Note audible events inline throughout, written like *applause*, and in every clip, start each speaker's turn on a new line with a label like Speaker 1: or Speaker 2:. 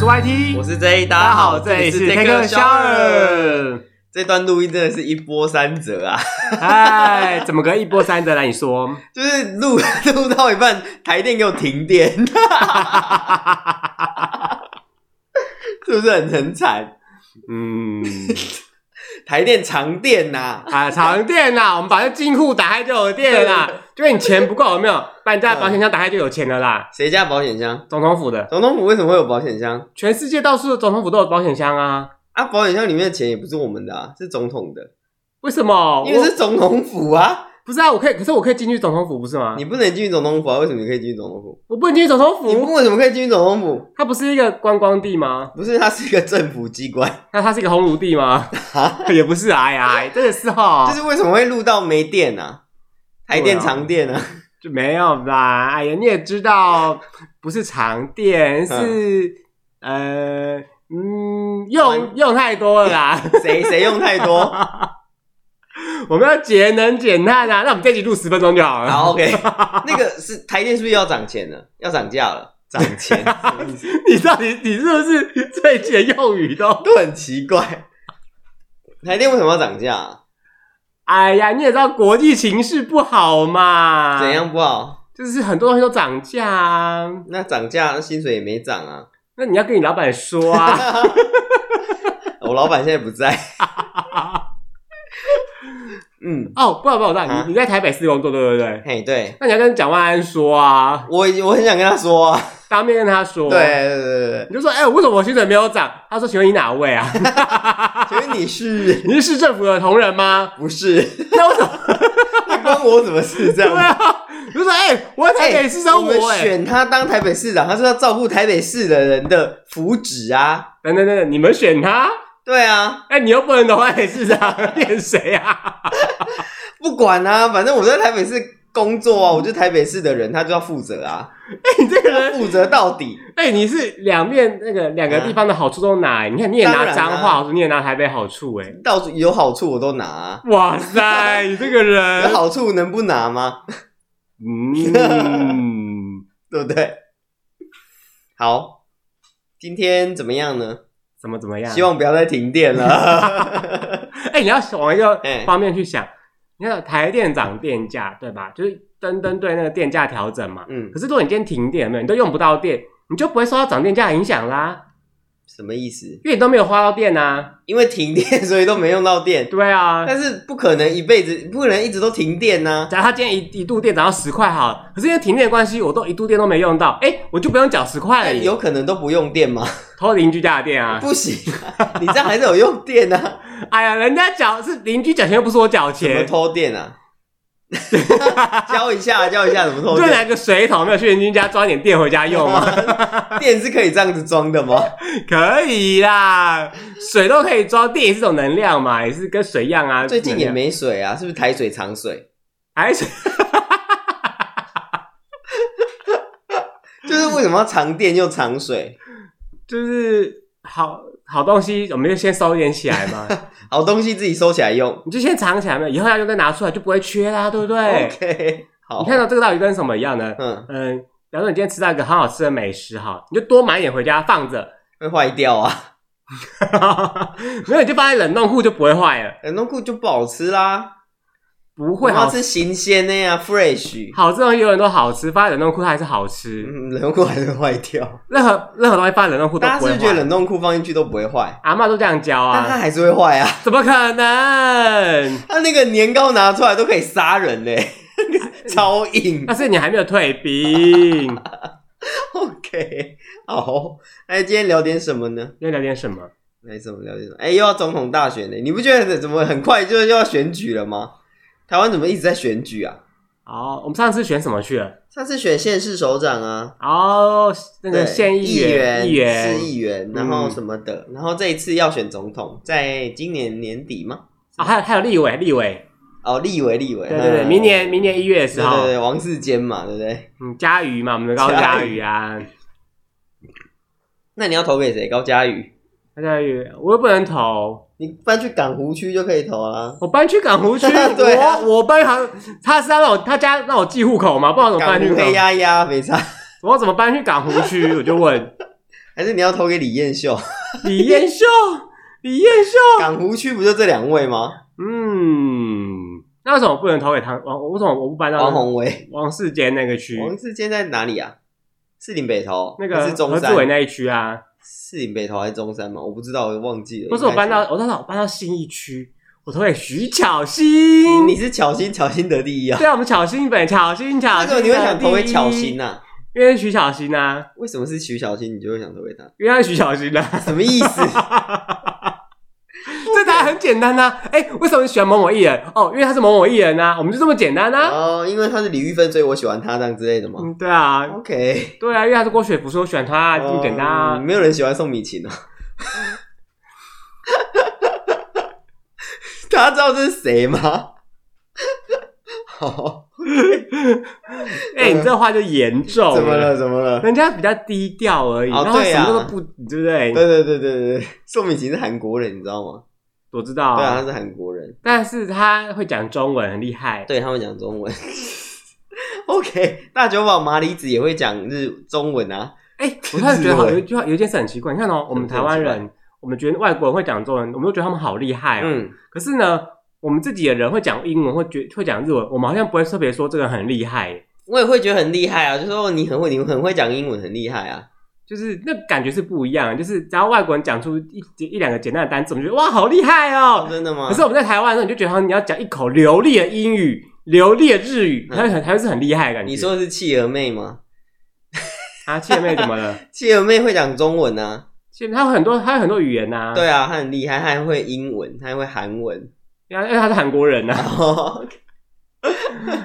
Speaker 1: YT，
Speaker 2: 我是 J，
Speaker 1: 大家好，这里是 Take a
Speaker 2: Shower。
Speaker 1: Shower。
Speaker 2: 这段录音真的是一波三折啊！ *laughs*
Speaker 1: 哎，怎么个一波三折？来你说，
Speaker 2: 就是录录到一半，台电给我停电， *laughs* 是不是很很惨？
Speaker 1: 嗯，
Speaker 2: 台电长电呐、
Speaker 1: 啊，长电啦，我们把这金库打开就有电了啦，就跟你钱不够有没有？把你家的保险箱打开就有钱了啦。
Speaker 2: 谁家保险箱？
Speaker 1: 总统府的，
Speaker 2: 总统府为什么会有保险箱？
Speaker 1: 全世界到处的总统府都有保险箱啊。
Speaker 2: 啊，保险箱里面的钱也不是我们的啊，是总统的，
Speaker 1: 为什么？
Speaker 2: 因为
Speaker 1: 我
Speaker 2: 是总统府啊，
Speaker 1: 不是啊，我可以，可是我可以进去总统府不是吗
Speaker 2: 你？不能进去总统府啊？为什么你可以进去总统府？
Speaker 1: 我不能进去总统
Speaker 2: 你
Speaker 1: 府，
Speaker 2: 为什么可以进去总统府？
Speaker 1: 它不是一个观光地吗？
Speaker 2: 不是，它是一个政府机关，
Speaker 1: 那它是一个烘炉地吗？ *laughs* 也不是，哎呀，真的是哈，
Speaker 2: 就是为什么会录到没电啊？台电长电啊？
Speaker 1: 就没有吧？哎呀，你也知道，不是长
Speaker 2: 嗯
Speaker 1: 电，是、呃，嗯，用用太多了
Speaker 2: *laughs*
Speaker 1: 啦。
Speaker 2: 谁谁用太 *laughs* 多？
Speaker 1: 我们要节能减碳啊！那我们这集录十分钟就好了。
Speaker 2: 好，OK，那个是台电是不是要涨钱了？要涨价了？涨钱什么意思
Speaker 1: 你到底你是不是最近的用语都？
Speaker 2: *laughs* 都很奇怪。台电为什么要涨价啊、
Speaker 1: 哎呀，你也知道国际形势不好嘛，
Speaker 2: 怎？样不好？
Speaker 1: 就是很多东西都涨价啊。
Speaker 2: 那涨价薪水也没涨啊。
Speaker 1: 那你要跟你老板说啊。
Speaker 2: *laughs* 我老板现在不在。 *laughs* 嗯，
Speaker 1: 哦，不好不好，我知道
Speaker 2: 啊
Speaker 1: 你你在台北市工作对不对？
Speaker 2: 嘿，对
Speaker 1: 那你要跟蒋万安说啊，
Speaker 2: 我我很想跟他说、啊，
Speaker 1: 当面跟他说。
Speaker 2: 对对对对
Speaker 1: 你就说，哎、为什么我薪水没有涨？他说，请问你哪位啊？ *laughs*
Speaker 2: 对，请问你是？
Speaker 1: 你是市政府的同仁吗
Speaker 2: 不是？ *laughs*
Speaker 1: 那为什么？
Speaker 2: 那关我什么事？这
Speaker 1: 对
Speaker 2: 样吗？
Speaker 1: 啊，你就说，哎、我在 *laughs* 台北市
Speaker 2: 我
Speaker 1: 生活、
Speaker 2: 们
Speaker 1: 哎、
Speaker 2: 选他当台北市长，他是要照顾台北市的人的福祉啊。
Speaker 1: 等等等等，你们选他？
Speaker 2: 对啊，
Speaker 1: 哎、你又不能懂台北市长，变谁啊？ *laughs*
Speaker 2: 不管啊，反正我在台北市工作
Speaker 1: 嗯
Speaker 2: 啊，我就是台北市的人，他就要负责啊，
Speaker 1: *laughs* 哎你这个人，
Speaker 2: 负责到底。
Speaker 1: 哎、你是两面那个两个地方的好处都拿、哎你看你也
Speaker 2: 当然
Speaker 1: 拿
Speaker 2: 啊
Speaker 1: 彰化好处，你也拿台北好处、哎，
Speaker 2: 到处有好处我都拿、啊，
Speaker 1: 哇塞，你这个
Speaker 2: 有
Speaker 1: 人，
Speaker 2: *laughs* 好处能不拿吗？
Speaker 1: 嗯，
Speaker 2: *laughs* 对不对？好，今天怎么样呢？
Speaker 1: 怎么怎么样？
Speaker 2: 希望不要再停电了。
Speaker 1: *laughs* 哎、你要往一个
Speaker 2: 哎
Speaker 1: 方面去想，你看台电涨电价，对吧？就是登登对那个电价调整嘛。
Speaker 2: 嗯
Speaker 1: 可，是如果你今天停电，有没有，你都用不到电，你就不会受到涨电价影响啦，
Speaker 2: 什么意思？
Speaker 1: 因为你都没有花到电啊。
Speaker 2: 因为停电， *laughs* 所以都没用到电。
Speaker 1: 对啊，
Speaker 2: 但是不可能一辈子，不可能一直都停电啊呐、
Speaker 1: 假如它今天一一度电涨到十块好了，可是因为停电的关系，我都一度电都没用到，哎、我就不用缴十块了
Speaker 2: 但
Speaker 1: 耶，
Speaker 2: 哎有可能都不用电吗？
Speaker 1: 偷邻居家的电啊。
Speaker 2: *laughs* 不行、啊，你这样还是有用电啊，
Speaker 1: *laughs* 哎呀，人家缴是邻居缴钱，又不是我缴
Speaker 2: 怎么
Speaker 1: 钱。
Speaker 2: 偷
Speaker 1: *laughs*
Speaker 2: 电啊？教一下，教一下怎么偷
Speaker 1: 就
Speaker 2: 电。
Speaker 1: 拿个水桶，没有去邻居家装点电回家用吗？啊
Speaker 2: 电是可以这样子装的
Speaker 1: *laughs*
Speaker 2: 吗？
Speaker 1: 可以啦，水都可以装，电也是种能量嘛，也是跟水一样啊。
Speaker 2: 最近也
Speaker 1: 能量
Speaker 2: 没水啊，是不是台水长水？
Speaker 1: 还是
Speaker 2: 就是为什么要长电又长水？
Speaker 1: 就是好好东西，我们就先收敛起来
Speaker 2: *laughs*
Speaker 1: 嘛。
Speaker 2: 好东西自己收起来用。
Speaker 1: 你就先藏起来嘛，以后要用再拿出来，就不会缺啦，对不对？
Speaker 2: OK，好哦
Speaker 1: *laughs* 你，看到这个道理跟什么一样呢？
Speaker 2: 嗯，
Speaker 1: 嗯，假如说你今天吃到一个很好吃的美食，哈，你就多买一点回家放着， *laughs*
Speaker 2: 会坏掉啊，
Speaker 1: 没有你就放在冷冻库就不会坏了，
Speaker 2: 冷冻库就不好吃啦。
Speaker 1: 不会
Speaker 2: 我要
Speaker 1: 好吃。
Speaker 2: 吃新鲜的呀，fresh。
Speaker 1: 好吃的东西永远都好吃，放在冷冻库它还是好吃。
Speaker 2: 嗯，冷冻库还是会坏掉。
Speaker 1: 任何任何东西放在冷冻库都
Speaker 2: 大家
Speaker 1: 不
Speaker 2: 是
Speaker 1: 会
Speaker 2: 不是觉得
Speaker 1: 坏。
Speaker 2: 冷冻库放进去都不会坏？
Speaker 1: 阿嬷都这样教啊，
Speaker 2: 但它还是会坏啊。
Speaker 1: 怎么可能？
Speaker 2: 它那个年糕拿出来都可以杀
Speaker 1: *laughs*
Speaker 2: 人嘞，超硬
Speaker 1: 那。是你还没有退
Speaker 2: *laughs*
Speaker 1: 兵。
Speaker 2: OK，好，那今天聊点什么呢？
Speaker 1: 要聊点什么？
Speaker 2: 没什么聊点什么。哎、又要总统大选呢，你不觉得怎么很快就又要选举了吗？台湾怎么一直在选举啊？
Speaker 1: 哦，我们上次选什么去了？
Speaker 2: 上次选县市首长啊，
Speaker 1: 哦，那个
Speaker 2: 对，
Speaker 1: 县
Speaker 2: 议
Speaker 1: 员、
Speaker 2: 议
Speaker 1: 议
Speaker 2: 员、
Speaker 1: 员嗯
Speaker 2: 市议员，然后什么的，然后这一次要选总统，在今年年底吗？
Speaker 1: 啊，还有还有立委，立委，
Speaker 2: 哦，立委，立委，
Speaker 1: 对对对，
Speaker 2: 嗯
Speaker 1: 明年明年一月的时
Speaker 2: 对
Speaker 1: 候
Speaker 2: 对，对，王世坚嘛，对不对？
Speaker 1: 嗯，嘉瑜嘛，我们的高
Speaker 2: 嘉
Speaker 1: 嘉
Speaker 2: 瑜
Speaker 1: 瑜啊，
Speaker 2: 那你要投给谁？高嘉瑜，
Speaker 1: 高嘉瑜，我又不能投，
Speaker 2: 你搬去港湖区就可以投啊。
Speaker 1: 我搬去港湖区，
Speaker 2: *laughs* 对啊
Speaker 1: 我我搬行，他是要让我他家让我寄
Speaker 2: *laughs*
Speaker 1: 户口嘛，不然我怎么
Speaker 2: 港
Speaker 1: 搬去
Speaker 2: 湖黑
Speaker 1: 港？
Speaker 2: 压压没差， *laughs*
Speaker 1: 我怎么搬去港湖区？我就问，
Speaker 2: 还是你要投给李
Speaker 1: *laughs*
Speaker 2: 彦秀？
Speaker 1: 李彦秀，李彦秀，
Speaker 2: 港湖区不就这两位吗？
Speaker 1: 嗯，那为什么不能投给唐王？为什么我不搬到
Speaker 2: 王宏威、
Speaker 1: 王世坚那个区？
Speaker 2: 王世坚在哪里啊？士林北投，
Speaker 1: 嗯那
Speaker 2: 还
Speaker 1: 个
Speaker 2: 是中
Speaker 1: 何志伟
Speaker 2: 山，
Speaker 1: 那一区啊？
Speaker 2: 士林北投还是中山吗？我不知道，我忘记了。
Speaker 1: 不是我搬到，我当时我搬到信义区，我投给徐巧芯。
Speaker 2: 你是巧心，巧心得第一
Speaker 1: *laughs*
Speaker 2: 啊！
Speaker 1: 对啊，我们巧芯本巧芯巧
Speaker 2: 为
Speaker 1: 芯的
Speaker 2: 什么你会想投给
Speaker 1: 第一
Speaker 2: 巧啊心？呐？
Speaker 1: 因为徐巧芯啊，
Speaker 2: 为什么是徐巧芯，你就会想投给他？
Speaker 1: 因为他是徐巧芯啊。 *laughs*
Speaker 2: 什么意思？
Speaker 1: 这答案很简单呐、哎、为什么你喜欢某某艺人？哦，因为他是某某艺人呐、我们就这么简单呐、
Speaker 2: 哦，因为他是李玉芬，所以我喜欢他这样之类的嘛。
Speaker 1: 嗯，对啊，
Speaker 2: OK，
Speaker 1: 对啊，因为他是郭雪芙，所以我喜欢他啊，这么简单啊
Speaker 2: 嗯。没有人喜欢宋米琴哦。 *laughs* 大家知道这是谁吗？好，
Speaker 1: 哎、你这话就严重
Speaker 2: 啊怎么了？？怎么了？
Speaker 1: 人家比较低调而已，
Speaker 2: 哦
Speaker 1: 然后
Speaker 2: 对
Speaker 1: 什
Speaker 2: 啊
Speaker 1: 么都不，对不对？
Speaker 2: 对对对对对，对宋米琴是韩国人，你知道吗？
Speaker 1: 我知道
Speaker 2: 对啊，他是韩国人，
Speaker 1: 但是他会讲中文，很厉害。
Speaker 2: 对他会讲中文。OK，大久保麻里子也会讲日中文啊。 *laughs*
Speaker 1: 哎、我突然觉得好
Speaker 2: 日文
Speaker 1: 有一句话，有一件事很奇怪。你看哦，我们台湾
Speaker 2: 很
Speaker 1: 人，我们觉得外国人会讲中文，我们都觉得他们好厉害、哦。
Speaker 2: 嗯，
Speaker 1: 可是呢，我们自己的人会讲英文，会觉会讲日文，我们好像不会特别说这个人很厉害，
Speaker 2: 我也会觉得很厉害啊，就说你很会，你很会讲英文，很厉害啊。
Speaker 1: 就是那感觉是不一样的。就是只要外国人讲出一一两个简单的单词，我们觉得哇，好厉害哦。
Speaker 2: 真的吗？
Speaker 1: 可是我们在台湾的时候，你就觉得好像你要讲一口流利的英语、流利的日语，
Speaker 2: 嗯
Speaker 1: 才会很才会是很厉害的感觉。
Speaker 2: 你说的是企鹅妹吗？
Speaker 1: 啊，七姐妹怎么了？ *laughs*
Speaker 2: 企鹅妹会讲中文啊，
Speaker 1: 七姐妹她有很多，她有很多语言呐、啊。
Speaker 2: 对啊，她很厉害，她还会英文，她还会韩文。 *laughs*
Speaker 1: 因为她，因为她是韩国人呐、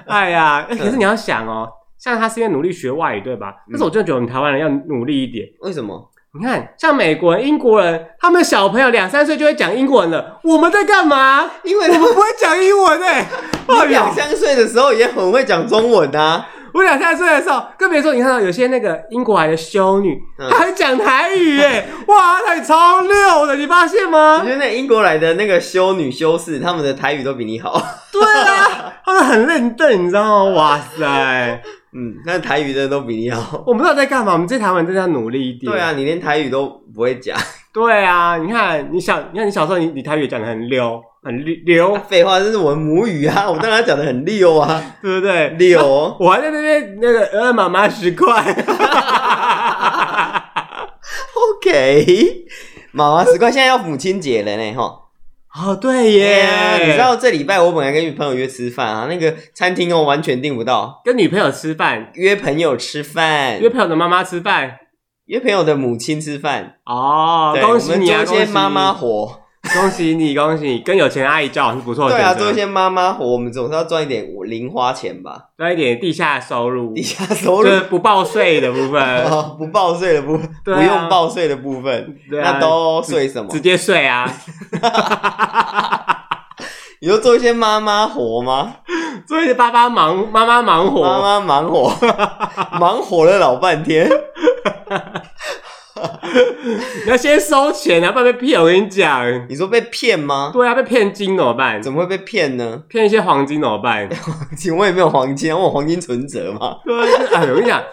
Speaker 1: 哎呀，欸可是你要想哦，像他是因为努力学外语，对吧？但是我真的觉得我们台湾人要努力一点。
Speaker 2: 为什么？
Speaker 1: 你看，像美国人、英国人，他们小朋友两三岁就会讲英文了，我们在干嘛？
Speaker 2: 因为
Speaker 1: 我们不会讲英文哎、
Speaker 2: 我
Speaker 1: 哎呀
Speaker 2: 两，三岁的时候也很会讲中文啊。
Speaker 1: 我两三岁的时候，更别说你看到有些那个英国来的修女，
Speaker 2: 嗯
Speaker 1: 她还讲台语哎、 *laughs* 哇，她台语超溜的，你发现
Speaker 2: 我 *laughs*
Speaker 1: 吗
Speaker 2: 觉？得那英国来的那个修女修士，他们的台语都比你好。 *laughs*
Speaker 1: 对 *laughs* 啊，她们很认真，你知道吗？哇塞，
Speaker 2: 嗯，那台语真的都比你好。
Speaker 1: 我们到底在干嘛？我们这台湾人真的要努力一点。
Speaker 2: *laughs* 对啊，你连台语都不会讲，对
Speaker 1: 对啊，你看，你小，你看你小时候你，你台语讲的很溜， *laughs* 很溜溜，
Speaker 2: 废话，这是我的母语啊，我当然讲的很溜啊， *laughs*
Speaker 1: 对不对？
Speaker 2: 溜哦。
Speaker 1: 我还在那边那个呃，妈妈十块， *laughs*
Speaker 2: OK，妈妈十块，现在要母亲节了呢，哈。
Speaker 1: 哦，对耶
Speaker 2: 啊你知道这礼拜我本来跟女朋友约吃饭啊，那个餐厅哦完全订不到，
Speaker 1: 跟女朋友吃饭，
Speaker 2: 约朋友吃饭，
Speaker 1: 约朋友的妈妈吃饭，
Speaker 2: 约朋友的母亲吃饭。
Speaker 1: 哦，
Speaker 2: 对
Speaker 1: 恭喜你
Speaker 2: 我
Speaker 1: 啊，
Speaker 2: 们
Speaker 1: 恭
Speaker 2: 做一
Speaker 1: 喜
Speaker 2: 些
Speaker 1: 你
Speaker 2: 妈妈，活，
Speaker 1: 恭喜你，恭喜你，跟有钱阿姨交往是不错的
Speaker 2: 对啊，
Speaker 1: 选
Speaker 2: 做
Speaker 1: 择，
Speaker 2: 一些妈妈活，我们总是要赚一点零花钱吧， *laughs*
Speaker 1: 赚一点地下收入
Speaker 2: 底，下收
Speaker 1: 就
Speaker 2: 入
Speaker 1: 是不报税的部分，
Speaker 2: *laughs* 哦不报税的部分，不
Speaker 1: 对啊
Speaker 2: 用报税的部分，
Speaker 1: 对啊
Speaker 2: 那都税什么
Speaker 1: 直？接税啊， *laughs*
Speaker 2: 你就做一些妈妈活吗？
Speaker 1: 所以爸爸忙，妈妈忙活，
Speaker 2: 妈妈忙活，
Speaker 1: *laughs*
Speaker 2: 忙活了老半天。
Speaker 1: 你要先收钱啊，不然被骗。我跟你讲，
Speaker 2: 你说被骗吗？
Speaker 1: 对啊，被骗金怎么办？
Speaker 2: 怎么哎会被骗呢？ *laughs*
Speaker 1: 骗一些黄金怎么办？
Speaker 2: 请问有没有黄金？我有黄金存折吗？
Speaker 1: 对啊，哎我跟你讲，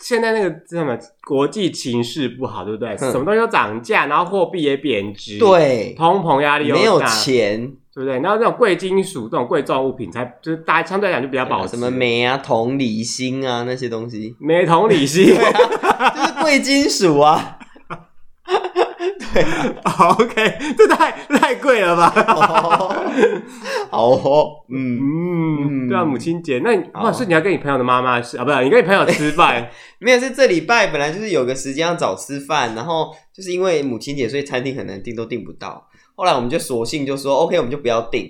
Speaker 1: 现在那个叫什么国际情势不好，对不对？
Speaker 2: 嗯
Speaker 1: 什么东西都涨价，然后货币也贬值，，
Speaker 2: 对，
Speaker 1: 通膨压力又大
Speaker 2: 没有，钱，
Speaker 1: 对不对？然后这种贵金属、这种贵重物品才，就是大家相对来讲就比较保值。
Speaker 2: 什么镁啊、铜、锂、锌啊那些东西，
Speaker 1: 美同理心
Speaker 2: *laughs* 就是贵金属啊。
Speaker 1: ？OK，这太这太贵了吧？
Speaker 2: *laughs* 好哦，嗯，
Speaker 1: 嗯，
Speaker 2: 嗯
Speaker 1: 对啊，母亲节，那你
Speaker 2: 好
Speaker 1: 或者是你要跟你朋友的妈妈吃啊？不是，你跟你朋友吃
Speaker 2: *laughs*
Speaker 1: 饭，
Speaker 2: 没有，是这礼拜本来就是有个时间要早吃饭，然后就是因为母亲节，所以餐厅很难订，都订不到。后来我们就索性就说，OK，我们就不要订，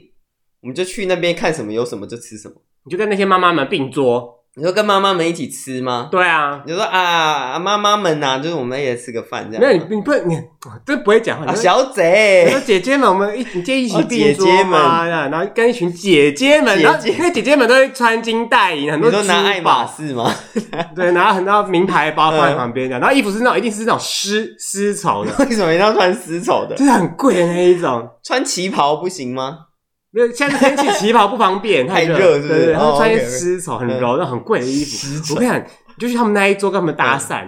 Speaker 2: 我们就去那边看什么有什么就吃什么。
Speaker 1: 你就跟那些妈妈们并桌。
Speaker 2: 你说跟妈妈们一起吃吗？
Speaker 1: 对啊，
Speaker 2: 你就说啊，妈妈们呐、就是我们一起吃个饭这
Speaker 1: 没有
Speaker 2: 样吗。
Speaker 1: 你你不你真不会讲话，你
Speaker 2: 啊，
Speaker 1: 会
Speaker 2: 小姐
Speaker 1: 我，说姐姐们，我们一你就一起
Speaker 2: 哦
Speaker 1: 并桌
Speaker 2: 姐姐们
Speaker 1: 嘛，啊然后跟一群姐姐们，
Speaker 2: 姐姐
Speaker 1: 然后因为姐姐们都会穿金戴银，很
Speaker 2: 你
Speaker 1: 多
Speaker 2: 说拿
Speaker 1: 珠
Speaker 2: 爱马嗯
Speaker 1: 宝，
Speaker 2: 仕吗？ *laughs*
Speaker 1: 对，然后很多名牌包放在旁边的，然后衣服是那种一定是那种丝丝绸的， *laughs*
Speaker 2: 为什么一定要穿丝绸的
Speaker 1: 就？是很贵的那一种。
Speaker 2: 穿旗袍不行吗？
Speaker 1: 没有，现在天气旗袍不方便，
Speaker 2: 太
Speaker 1: 热，
Speaker 2: 热是不是
Speaker 1: 对对，然后
Speaker 2: 哦
Speaker 1: 穿一些
Speaker 2: OK，OK 嗯
Speaker 1: 丝绸很柔，那很贵的衣服。我跟你讲，你就去他们那一桌跟他们搭讪，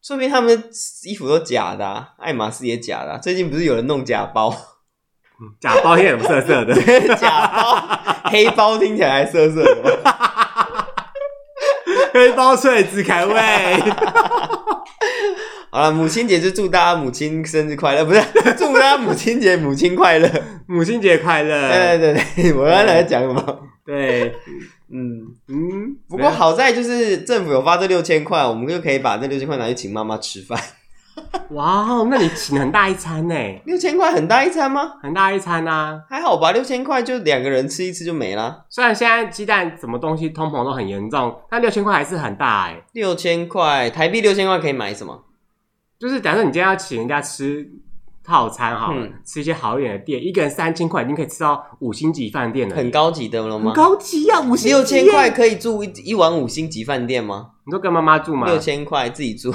Speaker 2: 说明他们的衣服都假的、啊，爱马仕也假的啊、最近不是有人弄假包， *laughs*
Speaker 1: 假包也有色色的，
Speaker 2: 假包黑包听起来还涩涩的吗？
Speaker 1: 黑 *laughs* 包睡子凯位，
Speaker 2: 好了，母亲节就祝大家母亲生日快乐，不是祝大家母亲节母亲快乐。
Speaker 1: 母亲节快乐。
Speaker 2: *laughs* 对对对对，我刚才在讲什么？
Speaker 1: 对，
Speaker 2: 嗯，
Speaker 1: 嗯，
Speaker 2: 不过好在就是政府有发这六千块，我们就可以把这六千块拿去请妈妈吃饭。
Speaker 1: 哇哦，那你请很大一餐呢，
Speaker 2: *laughs* 六千块很大一餐吗？
Speaker 1: 很大一餐啊！
Speaker 2: 还好吧，六千块就两个人吃一次就没啦。
Speaker 1: 虽然现在鸡蛋什么东西通膨都很严重，但六千块还是很大哎。
Speaker 2: 六千块台币，六千块可以买什么？
Speaker 1: 就是假设你今天要请人家吃套餐好了，
Speaker 2: 嗯
Speaker 1: 吃一些好一点的店，一个人三千块已经可以吃到五星级饭店了，
Speaker 2: 很高级的了吗
Speaker 1: 很？高级呀、啊，五星级耶
Speaker 2: 六千块，可以住一一晚五星级饭店吗？
Speaker 1: 你都跟妈妈住吗？
Speaker 2: 六千块
Speaker 1: *laughs*
Speaker 2: 自己住，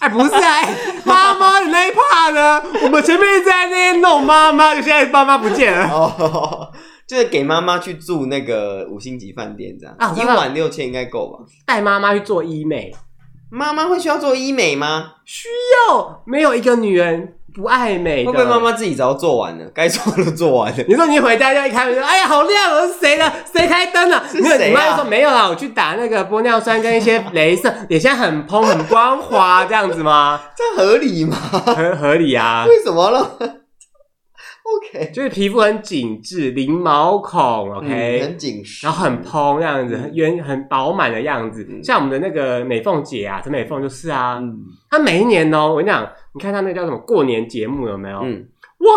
Speaker 1: 哎，不是
Speaker 2: *laughs*
Speaker 1: 哎、妈妈你那一趴呢？我们前面一直在那边弄妈妈，现在妈妈不见了。
Speaker 2: 哦，就是给妈妈去住那个五星级饭店这样，
Speaker 1: 啊我
Speaker 2: 一
Speaker 1: 知道
Speaker 2: 晚六千应该够吧？
Speaker 1: 带妈妈去做医美，
Speaker 2: 妈妈会需要做医美吗？
Speaker 1: 需要没有一个女人不爱美的。
Speaker 2: 会不会妈？妈自己早做完了，该做的都做完了？
Speaker 1: *laughs* 你说你一回家就一开门就哎呀好亮哦，是谁的？谁开灯了？
Speaker 2: 是
Speaker 1: 没有，
Speaker 2: 谁啊
Speaker 1: 你妈就说没有啦，我去打那个玻尿酸跟一些镭射，脸现在很蓬很光滑这样子吗？
Speaker 2: 这样合理吗？
Speaker 1: *laughs*
Speaker 2: *laughs*
Speaker 1: 合合理啊，
Speaker 2: 为什么呢 *laughs* ？OK，
Speaker 1: 就是皮肤很紧致，零毛孔
Speaker 2: 嗯
Speaker 1: ，OK，、
Speaker 2: 很紧实，
Speaker 1: 然后很蓬这样子，很圆很饱满的样子。
Speaker 2: 嗯
Speaker 1: 像我们的那个美凤姐啊，陈美凤就是啊，
Speaker 2: 嗯
Speaker 1: 她每一年哦，我跟你讲，你看她那个叫什么过年节目有没有？
Speaker 2: 嗯，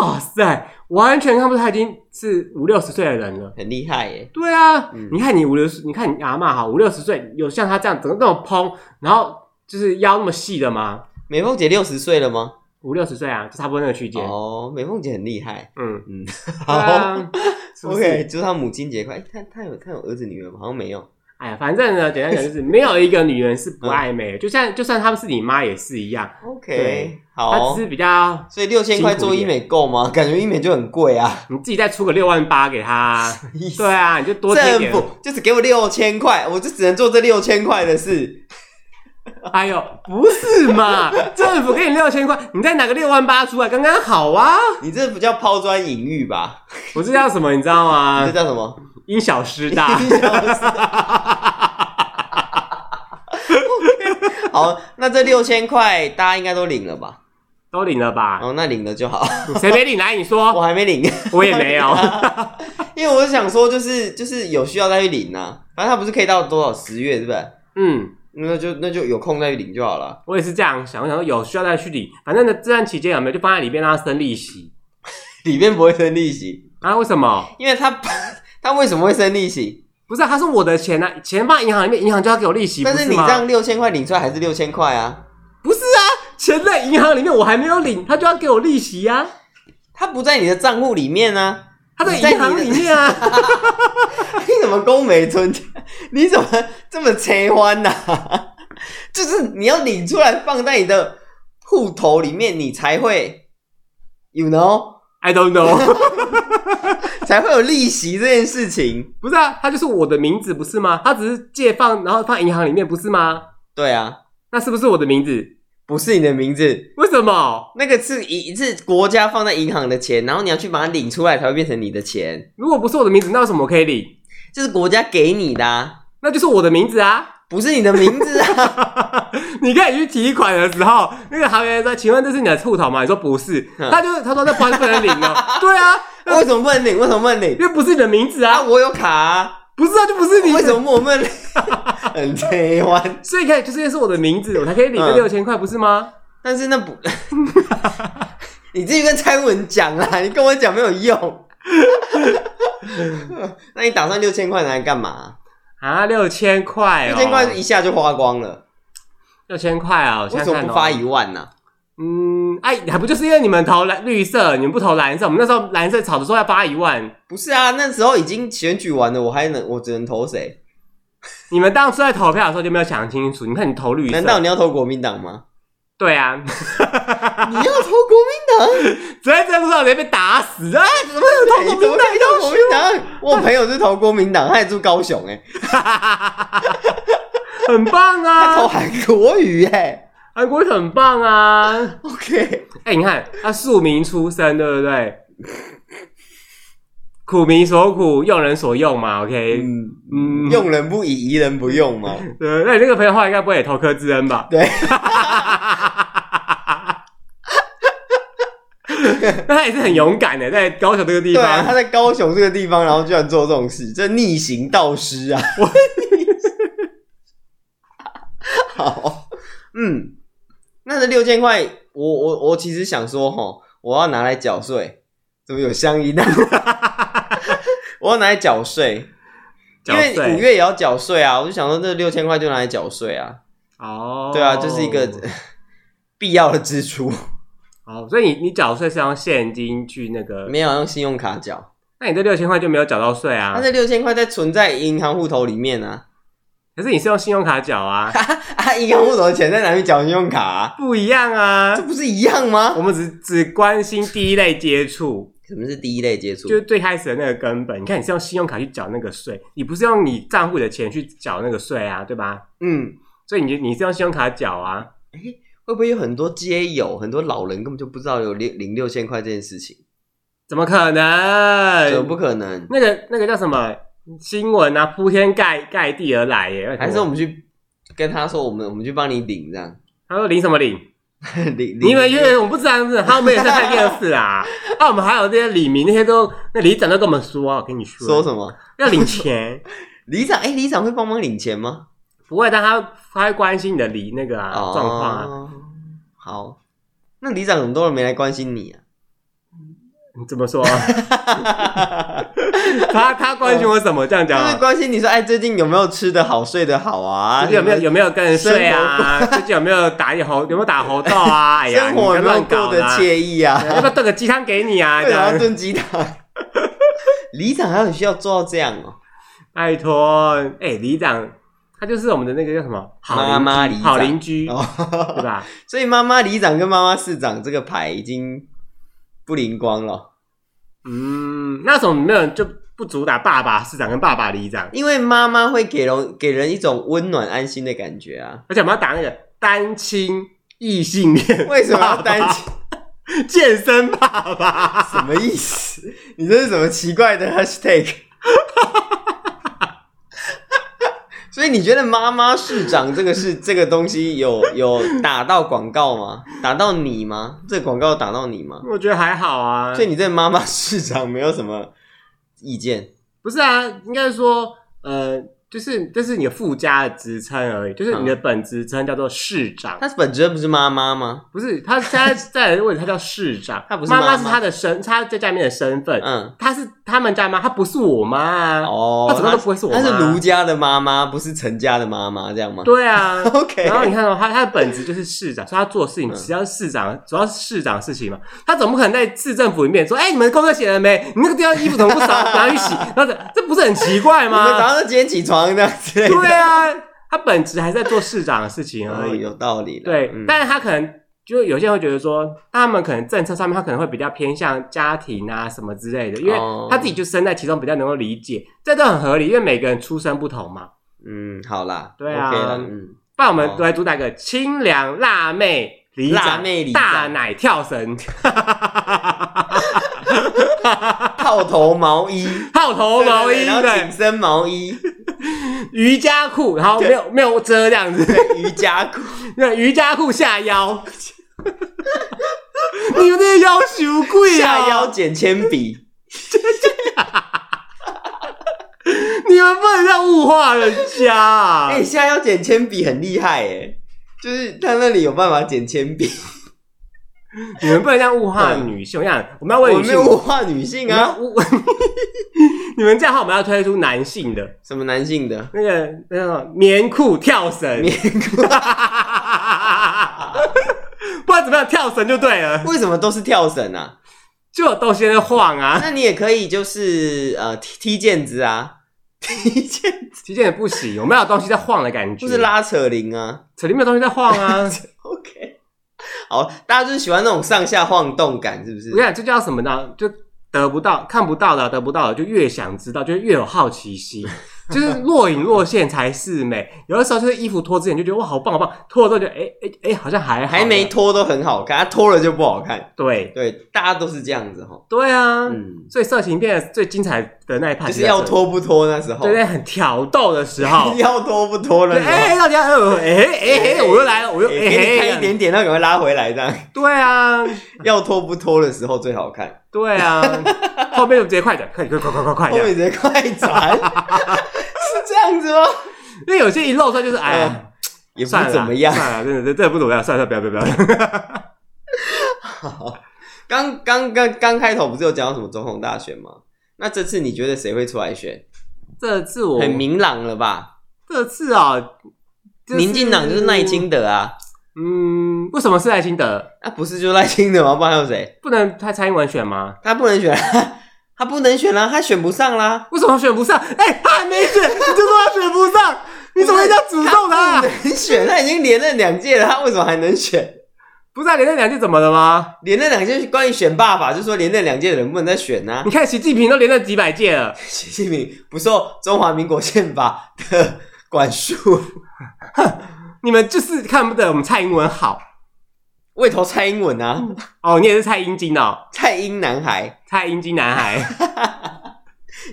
Speaker 1: 哇塞，完全看不出他已经是五六十岁的人了。
Speaker 2: 很厉害耶。
Speaker 1: 对啊，
Speaker 2: 嗯
Speaker 1: 你看你五六十，你看你阿嬷哈，五六十岁有像他这样整个那种蓬，然后就是腰那么细的吗？
Speaker 2: 美凤姐六十岁了吗？
Speaker 1: 五六十岁啊，就差不多那个区间。
Speaker 2: 哦，美凤姐很厉害。
Speaker 1: 嗯，
Speaker 2: 嗯，
Speaker 1: 对啊
Speaker 2: *laughs* 好
Speaker 1: 是不是
Speaker 2: ，OK，祝她母亲节快。哎她她有她有儿子女儿吗？好像没有。
Speaker 1: 哎呀，反正呢，简单讲就是没有一个女人是不爱
Speaker 2: *laughs*
Speaker 1: 美的，就像就算她们是你妈也是一样，
Speaker 2: OK，
Speaker 1: 对
Speaker 2: 好
Speaker 1: 她只。是比较
Speaker 2: 所以六千块做医美够吗？ *laughs* 感觉医美就很贵啊。
Speaker 1: 你自己再出个六万八给她，
Speaker 2: *laughs* 意思
Speaker 1: 对啊，你就多贴一
Speaker 2: 政
Speaker 1: 点。
Speaker 2: 府就只给我六千块，我就只能做这六千块的事。
Speaker 1: 哎呦，不是嘛，
Speaker 2: *laughs*
Speaker 1: 政府给你六千块，你再拿个六万八出来，刚刚好
Speaker 2: *laughs*
Speaker 1: 啊。
Speaker 2: 你这不叫抛砖引玉吧？
Speaker 1: 我这叫什么，你知道
Speaker 2: 这 *laughs*
Speaker 1: 吗？
Speaker 2: 叫什
Speaker 1: *laughs*
Speaker 2: 么？。
Speaker 1: 因小失大
Speaker 2: *laughs* 好，那这六千块大家应该都领了吧？
Speaker 1: 都领了
Speaker 2: *laughs*
Speaker 1: 吧？
Speaker 2: 哦，那领了就好，
Speaker 1: 谁没领啊来？你
Speaker 2: 我
Speaker 1: 说，
Speaker 2: 还没领， *laughs*
Speaker 1: 我也没有。
Speaker 2: 因为我想说，就是就是有需要再去领啊。反正他不是可以到多少十月，是不是？
Speaker 1: 嗯，
Speaker 2: 那就那就有空再去领就好了。
Speaker 1: 我也是这样想，我想说有需要再去领，反正呢这段期间有没有就放在里边让它生利息
Speaker 2: 里面不会生利息，
Speaker 1: 啊？为什么？
Speaker 2: 因为他 *laughs* 他为什么会生利息？
Speaker 1: 不是、啊，它是我的钱呢、啊，钱放银行里面，银行就要给我利息，
Speaker 2: 但
Speaker 1: 不
Speaker 2: 是
Speaker 1: 是
Speaker 2: 你
Speaker 1: 吗
Speaker 2: 这样六千块领出来还是六千块啊？
Speaker 1: 不是啊，钱在银行里面我还没有领，他就要给我利息啊，
Speaker 2: 他不在你的账户里面啊。 *laughs*
Speaker 1: 他在
Speaker 2: 你在
Speaker 1: 银行
Speaker 2: 你的
Speaker 1: 里面啊，
Speaker 2: 你怎么宫美存家？你怎么这么切欢呐、 *laughs* 就是你要领出来放在你的户头里面，你才会，you know，
Speaker 1: *laughs* I don't
Speaker 2: *laughs*
Speaker 1: know，
Speaker 2: 才会有利息这件事情。
Speaker 1: 不是啊，它就是我的名字不是吗？它只是借放，然后放银行里面不是吗？
Speaker 2: 对啊，
Speaker 1: 那是不是我的名字？
Speaker 2: 不是你的名字，
Speaker 1: 为什么？
Speaker 2: 那个是一是国家放在银行的钱，然后你要去把它领出来，才会变成你的钱，
Speaker 1: 如果不是我的名字，那为什么我可以领？
Speaker 2: 这是国家给你的、啊，
Speaker 1: 那就是我的名字啊！ *laughs*
Speaker 2: 不是你的名字啊。
Speaker 1: 你看你去提款的时候，那个行员说：“请问这是你的户头吗？”你说：“不是。”
Speaker 2: 嗯
Speaker 1: 他就他说：“那不然不能领哦。” *laughs* 对啊，
Speaker 2: *laughs* 为什么不能领？为什么不能领？
Speaker 1: 因为不是你的名字
Speaker 2: 啊，
Speaker 1: 啊，
Speaker 2: 我有
Speaker 1: *laughs*
Speaker 2: 卡、啊，
Speaker 1: 不是啊，就不是你。
Speaker 2: 为什？么我
Speaker 1: *laughs*
Speaker 2: 不能领？很切欢。
Speaker 1: 所以你看，就是因为是我的名字，我才可以领这
Speaker 2: 嗯
Speaker 1: 六千块，不是吗？
Speaker 2: 但是那不， *laughs* 你自己跟蔡文讲啦，你跟我讲没有用。 *laughs* 那你打算六千块拿来干嘛？
Speaker 1: 啊，六千块哦，
Speaker 2: 六千块一下就花光了，
Speaker 1: 六千块啊！我
Speaker 2: 为
Speaker 1: 想
Speaker 2: 什
Speaker 1: 想
Speaker 2: 么
Speaker 1: 看
Speaker 2: 不
Speaker 1: 哦
Speaker 2: 发一万呢、
Speaker 1: 嗯，哎，还不就是因为你们投蓝绿色，你们不投蓝色？我们那时候蓝色炒的时候要发一万，
Speaker 2: 不是啊，那时候已经选举完了，我还能我只能投谁？
Speaker 1: 你们当初在投票的时候就没有想清楚。你看你投绿色，
Speaker 2: 难道你要投国民
Speaker 1: *laughs*
Speaker 2: 党吗？
Speaker 1: 对啊？
Speaker 2: 你要投国
Speaker 1: *laughs*
Speaker 2: 民党？
Speaker 1: 直接在路上直接被打死啊！哎怎么有投国民党？
Speaker 2: 你投国民党？我朋友是投国民党，他也住高雄哎、
Speaker 1: 很棒
Speaker 2: 他投
Speaker 1: 啊！
Speaker 2: 韩国瑜哎、
Speaker 1: 韩国语很棒啊！
Speaker 2: OK，
Speaker 1: 哎、你看他庶民出身，对不对？苦民所苦，用人所用嘛。OK，
Speaker 2: 嗯，
Speaker 1: 嗯，
Speaker 2: 用人不疑，疑人不用嘛。
Speaker 1: 呃，那你那个朋友后来应该不会也投柯智恩吧？
Speaker 2: 对，
Speaker 1: *laughs* 那他也是很勇敢的，在高雄这个地
Speaker 2: 对啊，他
Speaker 1: 方，
Speaker 2: 在高雄这个地方，然后居然做这种事，这逆行道师啊！我， *laughs* 好，嗯，那这六千块，我我我其实想说，哈，我要拿来缴税，怎么有乡
Speaker 1: *laughs*
Speaker 2: 音呢？我要拿来缴税，因
Speaker 1: 缴
Speaker 2: 为
Speaker 1: 税
Speaker 2: 五月也要缴税啊，我就想说这六千块就拿来缴税啊，
Speaker 1: 哦，
Speaker 2: 对啊，这、是一个 *laughs* 必要的支出， *laughs*
Speaker 1: 哦，所以你你缴税是用现金去那个，
Speaker 2: 没有用信用卡缴。
Speaker 1: 那你这六千块就没有缴到税啊
Speaker 2: 那？这六千块在存在银行户头里面啊， *laughs*
Speaker 1: 可是你是用信用卡缴啊， *laughs*
Speaker 2: 啊，银行户头的钱在哪里缴信用卡、啊？
Speaker 1: 不一样啊
Speaker 2: 这。不是一样
Speaker 1: 我
Speaker 2: 吗？
Speaker 1: 们只只关心第一类接触，
Speaker 2: 什么是第一类接触？
Speaker 1: 就是最开始的那个根本。你看，你是用信用卡去缴那个税，你不是用你账户的钱去缴那个税啊，对吧？
Speaker 2: 嗯，
Speaker 1: 所以你就你是用信用卡缴啊，
Speaker 2: 会不会有很多街友、很多老人根本就不知道有领领六千块这件事情？
Speaker 1: 怎么可
Speaker 2: 怎
Speaker 1: 能？
Speaker 2: 么不可能？
Speaker 1: 那个那个叫什么新闻啊，铺天盖盖地而来耶！
Speaker 2: 还是我们去跟他说，我们我们去帮你领这样？ *laughs*
Speaker 1: 他说领什么领？
Speaker 2: 领
Speaker 1: 你们
Speaker 2: 领
Speaker 1: 因为我们不知道是，他们也在看电视啊。 *laughs* 啊，我们还有那些李明那些都，那李长都跟我们说，啊我跟你说，
Speaker 2: 说什么？
Speaker 1: 要领钱，
Speaker 2: 里长哎、里长会帮忙领钱吗？
Speaker 1: 不会，但他他会关心你的李那个啊
Speaker 2: 哦
Speaker 1: 状况啊。
Speaker 2: 好，那里长很多人没来关
Speaker 1: *laughs*
Speaker 2: 心你啊。
Speaker 1: 你怎么说？啊 *laughs* 他他关心我什么？这样讲
Speaker 2: 就是
Speaker 1: 啊，
Speaker 2: 关心你说，哎，最近有没有吃的好、睡得好啊？
Speaker 1: 有没有有没有跟人睡
Speaker 2: 生
Speaker 1: 啊？最近有没有打一猴有没有打猴道
Speaker 2: *laughs*
Speaker 1: 啊？哎呀，
Speaker 2: 生
Speaker 1: 你不
Speaker 2: 活
Speaker 1: 要
Speaker 2: 有没有
Speaker 1: 乱搞
Speaker 2: 过得
Speaker 1: 啦！
Speaker 2: 惬意啊？
Speaker 1: *laughs* 要不要炖个鸡汤给你啊？
Speaker 2: 为
Speaker 1: 这
Speaker 2: 什么
Speaker 1: 样
Speaker 2: 要炖鸡汤？里长还有需要做到这样哦、
Speaker 1: 拜托，哎、里长他就是我们的那个叫什么好邻
Speaker 2: 妈妈里长
Speaker 1: 好邻居，对
Speaker 2: 哦， *laughs*
Speaker 1: 吧？
Speaker 2: 所以妈妈里长跟妈妈市长这个牌已经不灵光了，
Speaker 1: 嗯，那种没有人就不主打爸爸市长跟爸爸里长，
Speaker 2: 因为妈妈会给人给人一种温暖安心的感觉啊。
Speaker 1: 而且我们要打那个单亲异性恋，
Speaker 2: 为什么要担心？
Speaker 1: 健身爸
Speaker 2: *laughs*
Speaker 1: 爸？
Speaker 2: 什么意思？你这是什么奇怪的 hashtag？所以你觉得妈妈市长这个是这个东西有有打到广告吗？打到你吗？这个广告打到你吗？
Speaker 1: 我觉得还好啊，
Speaker 2: 所以你对妈妈市长没有什么意见？
Speaker 1: 不是啊，应该说，呃，就是这是你的附加的职称而已，就是你的本职称叫做市长，
Speaker 2: 他本质不是妈妈吗？
Speaker 1: 不是他现在在的位置，他叫市长，
Speaker 2: 他不是
Speaker 1: 妈
Speaker 2: 妈妈
Speaker 1: 是他的身，他在家里面的身份，
Speaker 2: 嗯，
Speaker 1: 他是他们家妈，他不是我妈啊，
Speaker 2: 哦，
Speaker 1: 他怎么都不会是我妈
Speaker 2: 他是儒家的妈妈，不是陈家的妈妈，这样吗？。
Speaker 1: 对啊
Speaker 2: ，OK。 *laughs*
Speaker 1: 然后你看哦，他他的本职就是市长，所以他做事情只要是市长，主要是市长的事情嘛。他总不可能在市政府里面说：“哎、你们功课写了没？你那个地方衣服怎么不扫，拿去
Speaker 2: *laughs*
Speaker 1: 洗？”然后这这不是很奇怪
Speaker 2: 你们早
Speaker 1: 吗？
Speaker 2: 上都几点起床这样之类的？
Speaker 1: 对啊，他本职还是在做市长的事情而
Speaker 2: 哦，
Speaker 1: 已。
Speaker 2: 有道理啦。
Speaker 1: 对，
Speaker 2: 嗯
Speaker 1: 但是他可能就有些人会觉得说，他们可能政策上面他可能会比较偏向家庭啊什么之类的，因为
Speaker 2: 哦
Speaker 1: 他自己就身在其中，比较能够理解，这都很合理，因为每个人出身不同嘛。
Speaker 2: 嗯，好啦，
Speaker 1: 对啊
Speaker 2: o k 啦，嗯，
Speaker 1: 不然我们
Speaker 2: 哦
Speaker 1: 都来主打一个清凉辣妹里长
Speaker 2: 辣妹里长
Speaker 1: 大奶跳
Speaker 2: *laughs*
Speaker 1: 绳，
Speaker 2: 套头毛衣，
Speaker 1: 套头毛衣
Speaker 2: 对然后紧
Speaker 1: 对，
Speaker 2: 身毛衣，
Speaker 1: 瑜伽裤，然后没有没有遮这样子， *laughs*
Speaker 2: 对，瑜伽裤，
Speaker 1: 那瑜伽裤下
Speaker 2: *laughs*
Speaker 1: 腰。你们这些腰手贵啊！
Speaker 2: 下腰剪铅笔，
Speaker 1: 你们不能这样物化人家 *laughs* 啊！
Speaker 2: *laughs* 哎、下腰剪铅笔很厉害哎，就是他那里有办法剪铅笔，
Speaker 1: 你们不能这样物化女性。我想，我们要为
Speaker 2: 我
Speaker 1: 女
Speaker 2: 没
Speaker 1: 性嗯
Speaker 2: 有物化女性啊，
Speaker 1: 物。 *laughs* 你们这样的话，我们要推出男性的
Speaker 2: 什么男性的
Speaker 1: 那个那个什么棉裤跳绳，
Speaker 2: 棉
Speaker 1: *laughs*
Speaker 2: 裤，
Speaker 1: 不管怎么样跳绳就对了，
Speaker 2: 为什么都是跳绳啊？
Speaker 1: 就有东西在那晃啊。
Speaker 2: 那你也可以就是呃踢踢毽子啊，踢毽子
Speaker 1: 旗舰也不行，我们要有东西在晃的感觉，
Speaker 2: 或是拉扯铃啊。
Speaker 1: 扯铃没有东西在晃啊。
Speaker 2: OK，好，大家就是喜欢那种上下晃动感，是不是
Speaker 1: 我跟？你讲，这叫什么呢？就得不到、看不到的、得不到的，就越想知道，就越有好奇心。就是若隐若现才是美。有的时候就是衣服脱之前就觉得哇好棒好棒，脱了之后就哎哎哎好像还好
Speaker 2: 还没脱都很好看，它脱了就不好看。
Speaker 1: 对
Speaker 2: 对，大家都是这样子哈。
Speaker 1: 对啊，
Speaker 2: 嗯，
Speaker 1: 所以色情片最精彩的那一趴
Speaker 2: 就是要，脱不脱那时候，
Speaker 1: 对对，很挑逗的时候。
Speaker 2: *laughs* 要脱不脱那
Speaker 1: 对
Speaker 2: 时候，
Speaker 1: 哎，到底要哎哎哎，我又来了，我又
Speaker 2: 欸
Speaker 1: 哎
Speaker 2: 给你看一
Speaker 1: 哎，
Speaker 2: 点点，那赶快拉回来这样。
Speaker 1: 对啊，
Speaker 2: 要脱不脱的时候最好看，
Speaker 1: 对啊，后面就直接快点，快点快快快快快
Speaker 2: 后面
Speaker 1: 点，
Speaker 2: 直接快 *laughs* 转，是这样子吗？
Speaker 1: 因为有些一露出来就是哎呀，
Speaker 2: 也不
Speaker 1: 算了
Speaker 2: 哦怎么样。
Speaker 1: 算了，真的真的不怎么样，算了，不要不要不要。
Speaker 2: 刚刚刚刚开头不是有讲到什么总统大选吗？那这次你觉得谁会出来选？
Speaker 1: 这次我
Speaker 2: 很明朗了吧？
Speaker 1: 这次啊，就是
Speaker 2: 民进党就是赖清德啊，
Speaker 1: 嗯，为什么是赖清德？
Speaker 2: 那不是就赖清德吗？不然还有谁？
Speaker 1: 不能他蔡英文选吗？
Speaker 2: 他不能选， *laughs* 他不能选啦、他选不上啦。 *laughs*
Speaker 1: 为什么选不上？哎、他还没选，你就说他选不上，你怎么要诅咒他啊
Speaker 2: 不？能选，他已经连任两届了，他为什么还能选？
Speaker 1: 不是啊，连任两届怎么了吗？
Speaker 2: 连任两届是关于选爸爸，就说连任两届的人不能再选呐、
Speaker 1: 你看习近平都连任几百届了，
Speaker 2: *laughs* 习近平不受中华民国宪法的管束， *laughs*
Speaker 1: 你们就是看不得我们蔡英文好
Speaker 2: 为投蔡英文啊，
Speaker 1: 哦。你也是蔡英精哦，
Speaker 2: 蔡英男孩，
Speaker 1: 蔡英精男
Speaker 2: *laughs*
Speaker 1: 孩，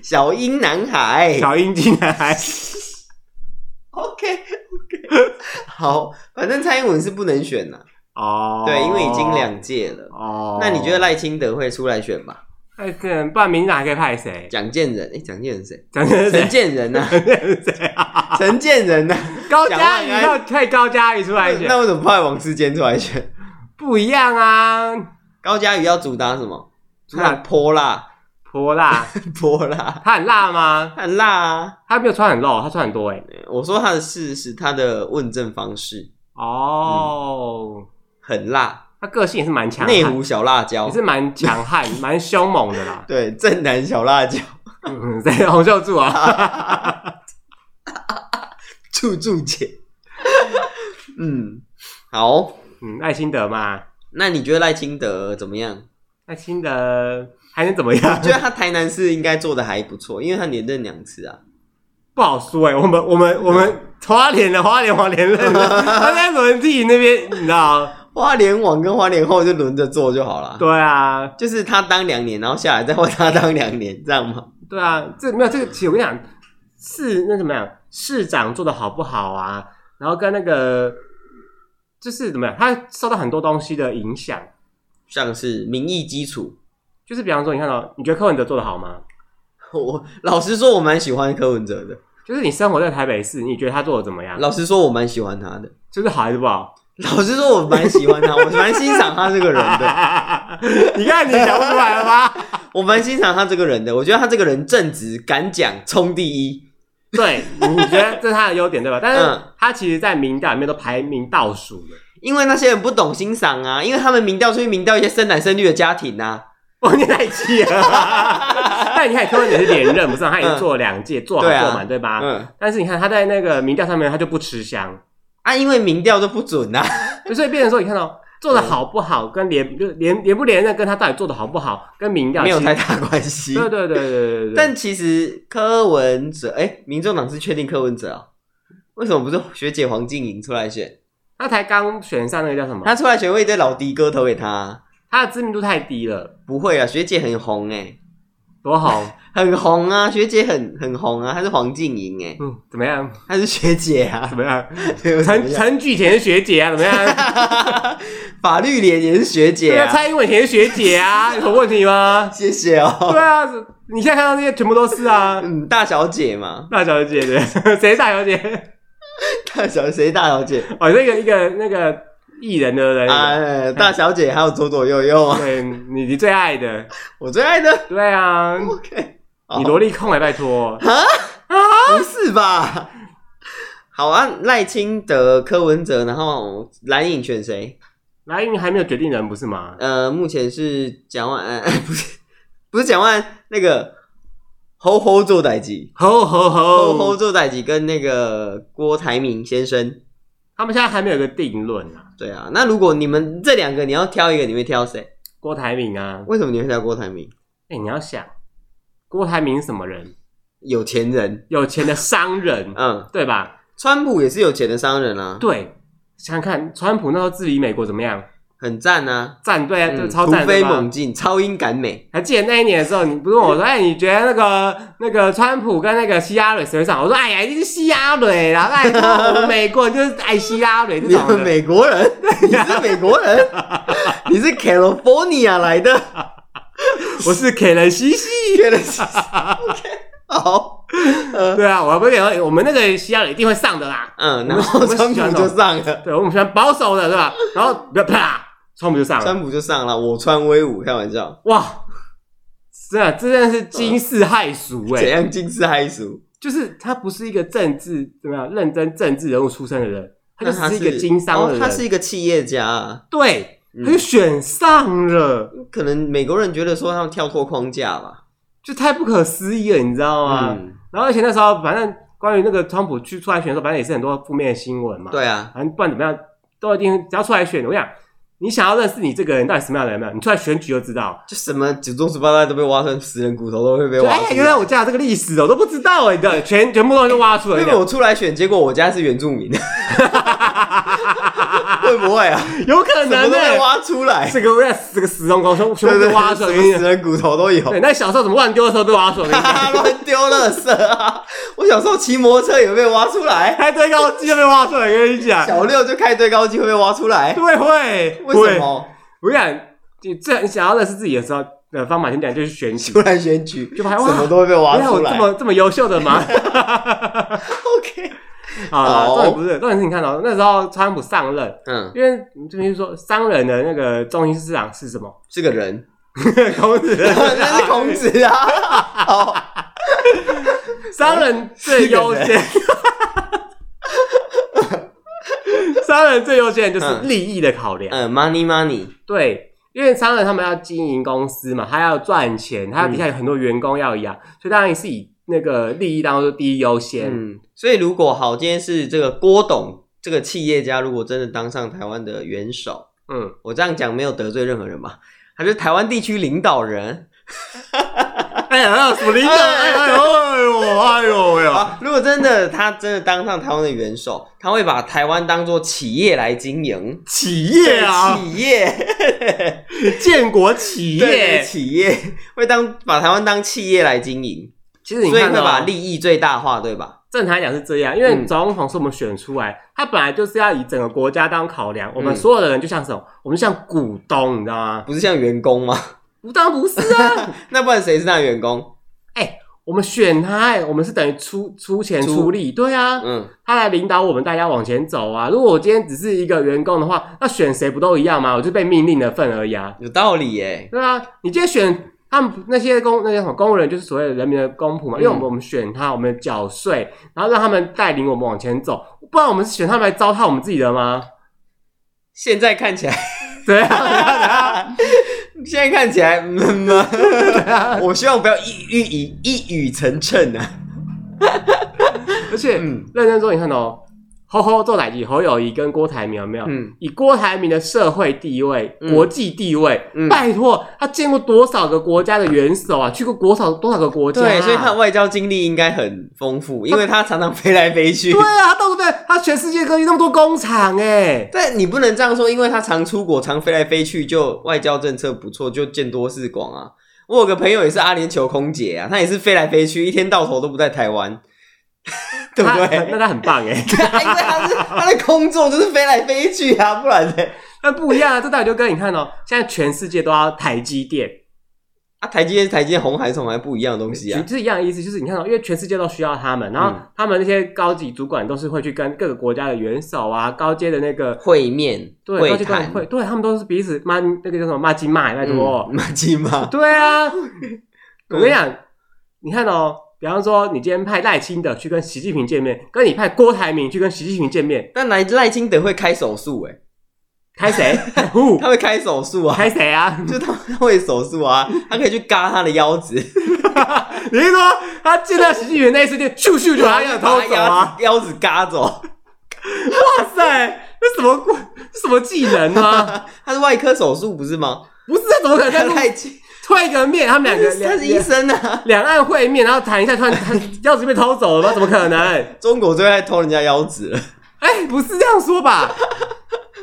Speaker 2: 小英男孩。
Speaker 1: 小英精男孩。
Speaker 2: OK OK，好，反正蔡英文是不能选呐、
Speaker 1: 哦，
Speaker 2: 对，因为已经两届了。
Speaker 1: 哦。
Speaker 2: 那你觉得赖清德会出来选吧？
Speaker 1: 哎，这不然民进党还可以派谁？
Speaker 2: 蒋建仁，哎、蒋建仁谁？
Speaker 1: 讲的是
Speaker 2: 陈
Speaker 1: 谁？
Speaker 2: 建仁呐、啊，
Speaker 1: 谁
Speaker 2: *laughs*
Speaker 1: 啊？
Speaker 2: 陈建仁呐、
Speaker 1: 高嘉瑜
Speaker 2: 蒋万安
Speaker 1: 要派高嘉瑜出来选
Speaker 2: 那，为什么不派王世坚出来选？
Speaker 1: 不一样啊。
Speaker 2: 高嘉瑜要主打什么？主
Speaker 1: 他
Speaker 2: 打泼辣，
Speaker 1: 泼辣，
Speaker 2: *laughs* 泼辣，
Speaker 1: 他很辣吗？
Speaker 2: 很辣啊！
Speaker 1: 他没有穿很露，他穿很多哎。
Speaker 2: 我说他的事是他的问政方式
Speaker 1: 哦，
Speaker 2: 很辣，
Speaker 1: 他个性也是蛮强悍，
Speaker 2: 内湖小辣椒
Speaker 1: 也，是蛮强悍、蛮凶猛的啦。
Speaker 2: 对，正南小辣椒， *laughs*
Speaker 1: 嗯，在洪秀柱啊，
Speaker 2: 处处姐。 *laughs* 嗯，好，
Speaker 1: 嗯，赖清德嘛，
Speaker 2: 那你觉得赖清德怎么样？
Speaker 1: 赖清德还能怎么样
Speaker 2: 我？觉得他台南市应该做的还不错，因为他连任两次啊。
Speaker 1: 不好说哎、我们我们我们花莲的花莲黄连任了，他在轮替那边，你知道？
Speaker 2: 花莲网跟花莲后就轮着做就好了。
Speaker 1: 对啊，
Speaker 2: 就是他当两年，然后下来再换他当两年，这样吗？
Speaker 1: 对啊，这没有这个，其实我跟你讲，市那怎么样，市长做的好不好啊？然后跟那个就是怎么样，他受到很多东西的影响。
Speaker 2: 像是民意基础， *laughs*
Speaker 1: 就是比方说，你看到你觉得柯文哲做的好吗？
Speaker 2: 我老实说，我蛮喜欢柯文哲的。
Speaker 1: 就是你生活在台北市，你觉得他做的怎么样？
Speaker 2: 老实说，我蛮喜欢他的。
Speaker 1: 就是好还是不好？ *laughs*
Speaker 2: 老实说，我蛮喜欢他，我蛮欣赏他这个人的，
Speaker 1: 你看你想不出来了吧？
Speaker 2: 我蛮欣赏他这个人的。我觉得他这个人正直、敢讲、冲第一。
Speaker 1: *laughs* 对，你觉得这是他的优点对吧？但是
Speaker 2: 嗯
Speaker 1: 他其实，在民调里面都排名倒数的。
Speaker 2: 因为那些人不懂欣赏啊，因为他们民调出去民调一些深男深女的家庭啊，
Speaker 1: *laughs* 哇，你太气了！ *laughs* 但你看柯文哲是连任，不是吗他已经做了两届，做好
Speaker 2: 对啊
Speaker 1: 做满，对吧？
Speaker 2: 嗯
Speaker 1: 但是你看他在那个民调上面，他就不吃香， *laughs*
Speaker 2: 啊，因为民调都不准啊，
Speaker 1: 所以变成说，你看到做的好不好，跟连就连连不连任，跟他到底做的好不好，跟民调
Speaker 2: 没有
Speaker 1: 其
Speaker 2: 太
Speaker 1: 实
Speaker 2: 大关系。
Speaker 1: 对对对对对对。
Speaker 2: 但其实柯文哲，哎、民众党是确定柯文哲啊、为什么不是学姐黄静莹出来选？
Speaker 1: 他才刚选上那个叫什么？他
Speaker 2: 她出来选会一堆老迪哥投给她啊、
Speaker 1: 他的知名度太低了，
Speaker 2: 不会啊，学姐很红哎、
Speaker 1: 多
Speaker 2: *laughs*
Speaker 1: 红。
Speaker 2: 很红啊，学姐很很红啊，她是黄静莹哎，
Speaker 1: 嗯，怎么样？
Speaker 2: 她是学姐
Speaker 1: 怎 *laughs*
Speaker 2: 啊，
Speaker 1: 么样？
Speaker 2: 又怎么
Speaker 1: 陈
Speaker 2: 样
Speaker 1: 陈菊以前是学姐啊，怎么样？
Speaker 2: 法律脸也是学姐
Speaker 1: 对啊，
Speaker 2: 啊，
Speaker 1: 蔡英文以前是学姐
Speaker 2: *laughs*
Speaker 1: 啊，有什么问题吗？
Speaker 2: 谢谢哦，
Speaker 1: 对啊，你现在看到那些全部都是
Speaker 2: *laughs*
Speaker 1: 啊，
Speaker 2: 嗯，大小姐嘛，
Speaker 1: 大小姐 *laughs* 的，谁是大小姐？
Speaker 2: 大小姐谁大小姐
Speaker 1: 哦，那个一个那个艺人的人，
Speaker 2: 啊、哎大小姐还有左左右右啊，
Speaker 1: 对你你最爱的，
Speaker 2: 我最爱的
Speaker 1: 对啊，
Speaker 2: ，OK，
Speaker 1: 你萝莉控哎，拜托，
Speaker 2: *laughs* 不是吧？好啊，赖清德、柯文哲，然后蓝影选谁？
Speaker 1: 蓝云还没有决定人不是吗？
Speaker 2: 呃，目前是蒋万 *laughs* 安，不是不是蒋万安，那个吼吼做代级，
Speaker 1: 吼吼
Speaker 2: 吼吼
Speaker 1: 吼！
Speaker 2: 做代级跟那个郭台铭先生。
Speaker 1: 他们现在还没有一个定论啊，
Speaker 2: 对啊，那如果你们这两个你要挑一个，你会挑谁？
Speaker 1: 郭台铭啊，
Speaker 2: 为什么你会挑郭台铭？
Speaker 1: 哎、你要想，郭台铭是什么人？
Speaker 2: 有钱人，
Speaker 1: 有钱的商
Speaker 2: *laughs*
Speaker 1: 人，
Speaker 2: 嗯，
Speaker 1: 对吧？
Speaker 2: 川普也是有钱的商人啊，
Speaker 1: 对，想想看，川普那时候治理美国怎么样？
Speaker 2: 很赞啊，
Speaker 1: 赞对啊，就
Speaker 2: 嗯
Speaker 1: 超
Speaker 2: 突
Speaker 1: 赞
Speaker 2: 飞
Speaker 1: 的吧
Speaker 2: 猛进，超英赶美，
Speaker 1: 还记得那一年的时候，你不是问我
Speaker 2: *laughs*
Speaker 1: 说，哎，你觉得那个那个川普跟那个希拉蕊谁会上？我 *laughs* 说，哎呀，一定是希拉蕊啦，拜托，我们美国人就是爱希拉蕊这
Speaker 2: 你
Speaker 1: 种的。
Speaker 2: 们 *laughs* 美国人，你是美国人，你是 California 来的，
Speaker 1: 我是凯人西西。
Speaker 2: 觉得是好，
Speaker 1: 对啊，我不是讲我们那个希拉蕊一定会上的啦。
Speaker 2: 嗯，
Speaker 1: 我
Speaker 2: 然
Speaker 1: 们
Speaker 2: 后
Speaker 1: 我们
Speaker 2: 川
Speaker 1: 喜欢
Speaker 2: 普
Speaker 1: 这
Speaker 2: 就
Speaker 1: 种
Speaker 2: 上了，
Speaker 1: 对，我们喜欢保守的，对
Speaker 2: *laughs*
Speaker 1: 吧？然后啪啪，川普就上了。
Speaker 2: 川普就上了，我川威武，开玩笑，
Speaker 1: 哇，真的，这真的是惊世骇俗哎、
Speaker 2: *laughs* 怎样惊世骇俗？
Speaker 1: 就是他不是一个政治怎么样认真政治人物出身的人，他就
Speaker 2: 那
Speaker 1: 只是一个经商的
Speaker 2: 哦
Speaker 1: 人，
Speaker 2: 他是一个企业家、啊。
Speaker 1: 对，
Speaker 2: 嗯
Speaker 1: 他就选上了，
Speaker 2: 可能美国人觉得说他们跳脱框架吧，
Speaker 1: 就太不可思议了，你知道吗？
Speaker 2: 嗯，
Speaker 1: 然后而且那时候反正关于那个川普去出来选的时候，反正也是很多负面的新闻嘛，，
Speaker 2: 对啊，
Speaker 1: 反正不管怎么样，都一定只要出来选，我想你想要认识你这个人到底什么样的人没有，你出来选举就知道。
Speaker 2: 就什么祖宗十八代都被挖成死人骨头都会被
Speaker 1: 就
Speaker 2: 挖
Speaker 1: 哎呀，
Speaker 2: 出
Speaker 1: 原来
Speaker 2: 来。
Speaker 1: 我家有这个历史哦，我都不知道哎，你知道全全部东西都挖出来了
Speaker 2: 因。为 *laughs* 我出来选，结果我家是原住民， *laughs* 会不会啊？
Speaker 1: 有可
Speaker 2: 什么
Speaker 1: 能
Speaker 2: 都
Speaker 1: 呢、
Speaker 2: 被挖出
Speaker 1: *laughs*
Speaker 2: 来，
Speaker 1: 这个为了这个死龙狗全全
Speaker 2: 对
Speaker 1: 部被
Speaker 2: 对对，
Speaker 1: 挖出来
Speaker 2: 什
Speaker 1: 给
Speaker 2: 么
Speaker 1: 你
Speaker 2: 死。人骨头都有，
Speaker 1: 对，那小时候怎么乱丢的时候被挖出来给你
Speaker 2: 哈 *laughs*
Speaker 1: 看？
Speaker 2: 哈乱丢垃圾啊！ *laughs* 我小时候骑摩托车也被挖出
Speaker 1: *laughs*
Speaker 2: 来，
Speaker 1: 还堆高机就被挖出来，跟你讲，
Speaker 2: 小六就开堆高机会被挖出来，
Speaker 1: 对会
Speaker 2: 为什
Speaker 1: 会
Speaker 2: 么？
Speaker 1: 我跟你讲，你这你想要认识自己的时候，呃，方法就讲就是选举
Speaker 2: 出，来选举
Speaker 1: 就
Speaker 2: 什
Speaker 1: 发现哇
Speaker 2: 么都会被
Speaker 1: 原
Speaker 2: 挖
Speaker 1: 来
Speaker 2: 出
Speaker 1: 我这
Speaker 2: 来。
Speaker 1: 么这么优秀的
Speaker 2: *laughs*
Speaker 1: 吗？
Speaker 2: OK，
Speaker 1: 好了，
Speaker 2: 好
Speaker 1: 重点不是，重点是你看到那时候川普上任，
Speaker 2: 嗯，
Speaker 1: 因为这边说商人的那个中心市场是什么？ *laughs*
Speaker 2: 这个 *laughs* 人。
Speaker 1: 孔子，
Speaker 2: *laughs* 那是孔子啊！好，
Speaker 1: 商人最优先，商人最优先就是利益的考量。
Speaker 2: *laughs* 嗯，money money，
Speaker 1: 对，因为商人他们要经营公司嘛，他要赚钱，
Speaker 2: 嗯
Speaker 1: 他底下有很多员工要养，所以当然是以那个利益当做第一优先。
Speaker 2: 嗯，所以如果好，今天是这个郭董这个企业家，如果真的当上台湾的元首，
Speaker 1: 嗯，
Speaker 2: 我这样讲没有得罪任何人吧？他是台湾地区领导人
Speaker 1: 哎呀，什么领导？哎哎呦哎呦哎呦！
Speaker 2: 啊！如果真的他真的当上台湾的元首，他会把台湾当做企业来经营，
Speaker 1: 企业啊，
Speaker 2: 企业，
Speaker 1: 建国企
Speaker 2: 对
Speaker 1: 业，
Speaker 2: 企业会当把台湾当企业来经营，
Speaker 1: 其实你
Speaker 2: 所以
Speaker 1: 看
Speaker 2: 会
Speaker 1: 到
Speaker 2: 把
Speaker 1: 啊，
Speaker 2: 利益最大化，对吧？
Speaker 1: 正常来讲是这样，因为
Speaker 2: 嗯
Speaker 1: 总统是我们选出来，他本来就是要以整个国家当考量，我们
Speaker 2: 嗯
Speaker 1: 所有的人就像什么，我们就像股东，你知道吗？
Speaker 2: 不是像员工吗？ *laughs*
Speaker 1: 不当然不是 *laughs* 啊，
Speaker 2: 那不然谁是他的员工？
Speaker 1: 我们选他，哎我们是等于出出钱
Speaker 2: 出
Speaker 1: 出力，对啊，
Speaker 2: 嗯，
Speaker 1: 他来领导我们大家往前走啊。如果我今天只是一个员工的话，那选谁不都一样吗？我就被命令的份而已啊。
Speaker 2: 有道理耶。
Speaker 1: 对啊，你今天选他们那些公那些什么公务人，就是所谓的人民的公仆嘛，因为我们
Speaker 2: 嗯
Speaker 1: 我们选他，我们缴税，然后让他们带领我们往前走，不然我们是选他们来糟蹋我们自己的吗？
Speaker 2: 现在看起来， *laughs*
Speaker 1: 对啊，
Speaker 2: 现在看起来，嗯
Speaker 1: *laughs*
Speaker 2: 我希望不要一一以一语成谶啊。
Speaker 1: 而且、
Speaker 2: 嗯
Speaker 1: 认真说，你看哦，吼吼做奶鸡侯友谊跟郭台铭有没有？
Speaker 2: 嗯
Speaker 1: 以郭台铭的社会地位、
Speaker 2: 嗯
Speaker 1: 国际地位，
Speaker 2: 嗯
Speaker 1: 拜托，他见过多少个国家的元首啊？去过多少多少个国家、啊？
Speaker 2: 对，所以他的外交经历应该很丰富，因为他常常飞来飞去
Speaker 1: 对。啊，他到处对，他全世界各地那么多工厂哎、
Speaker 2: 但你不能这样说，因为他常出国，常飞来飞去，就外交政策不错，就见多识广啊。我有个朋友也是阿联酋空姐啊，她也是飞来飞去，一天到头都不在台湾， *laughs* 对不
Speaker 1: 他
Speaker 2: 对？
Speaker 1: 那他很棒哎、
Speaker 2: *laughs* 因为他是他的工作就是飞来飞去啊，不然呢？
Speaker 1: 那不一样啊，这到底就跟你看哦，现在全世界都要台积电，
Speaker 2: 啊，台积电、台积电、红海、红海不一样的东西啊。
Speaker 1: 就是一样的意思，就是你看到，哦因为全世界都需要他们，然后
Speaker 2: 嗯
Speaker 1: 他们那些高级主管都是会去跟各个国家的元首啊、高阶的那个
Speaker 2: 会面、
Speaker 1: 对高阶官
Speaker 2: 谈、
Speaker 1: 会，对他们都是彼此骂那个叫什么骂鸡骂，拜托，
Speaker 2: 嗯马吉 *laughs* 吗？
Speaker 1: 对啊，我跟你讲，你看哦，比方说你今天派赖清德去跟习近平见面，跟你派郭台铭去跟习近平见面，
Speaker 2: 但赖赖清德会开手术哎、
Speaker 1: 开
Speaker 2: *laughs*
Speaker 1: 谁？ *laughs* 呼
Speaker 2: 他会开手术啊，
Speaker 1: 开谁啊？
Speaker 2: *laughs*
Speaker 1: *laughs*
Speaker 2: 就他他会手术啊，他可以去割他的腰子，
Speaker 1: 你是说他见到习近平那一瞬间，咻咻 *laughs* 就把他要偷
Speaker 2: *laughs* 把
Speaker 1: 走啊？
Speaker 2: 他腰子腰子割走。啊
Speaker 1: 哇塞，这什么鬼？这什么技能啊？
Speaker 2: *laughs* 他是外科手术不是吗？
Speaker 1: *laughs* 不是，这怎么可能在 *laughs*
Speaker 2: 他
Speaker 1: 路
Speaker 2: 赖清
Speaker 1: 会个面，他们两个
Speaker 2: *laughs* 他是医
Speaker 1: 两
Speaker 2: 生啊，
Speaker 1: 两岸会面，然后谈一下，突然他钥匙被偷走了吗？怎么可能？
Speaker 2: 中国最爱偷人家腰子了。
Speaker 1: 哎，不是这样说吧？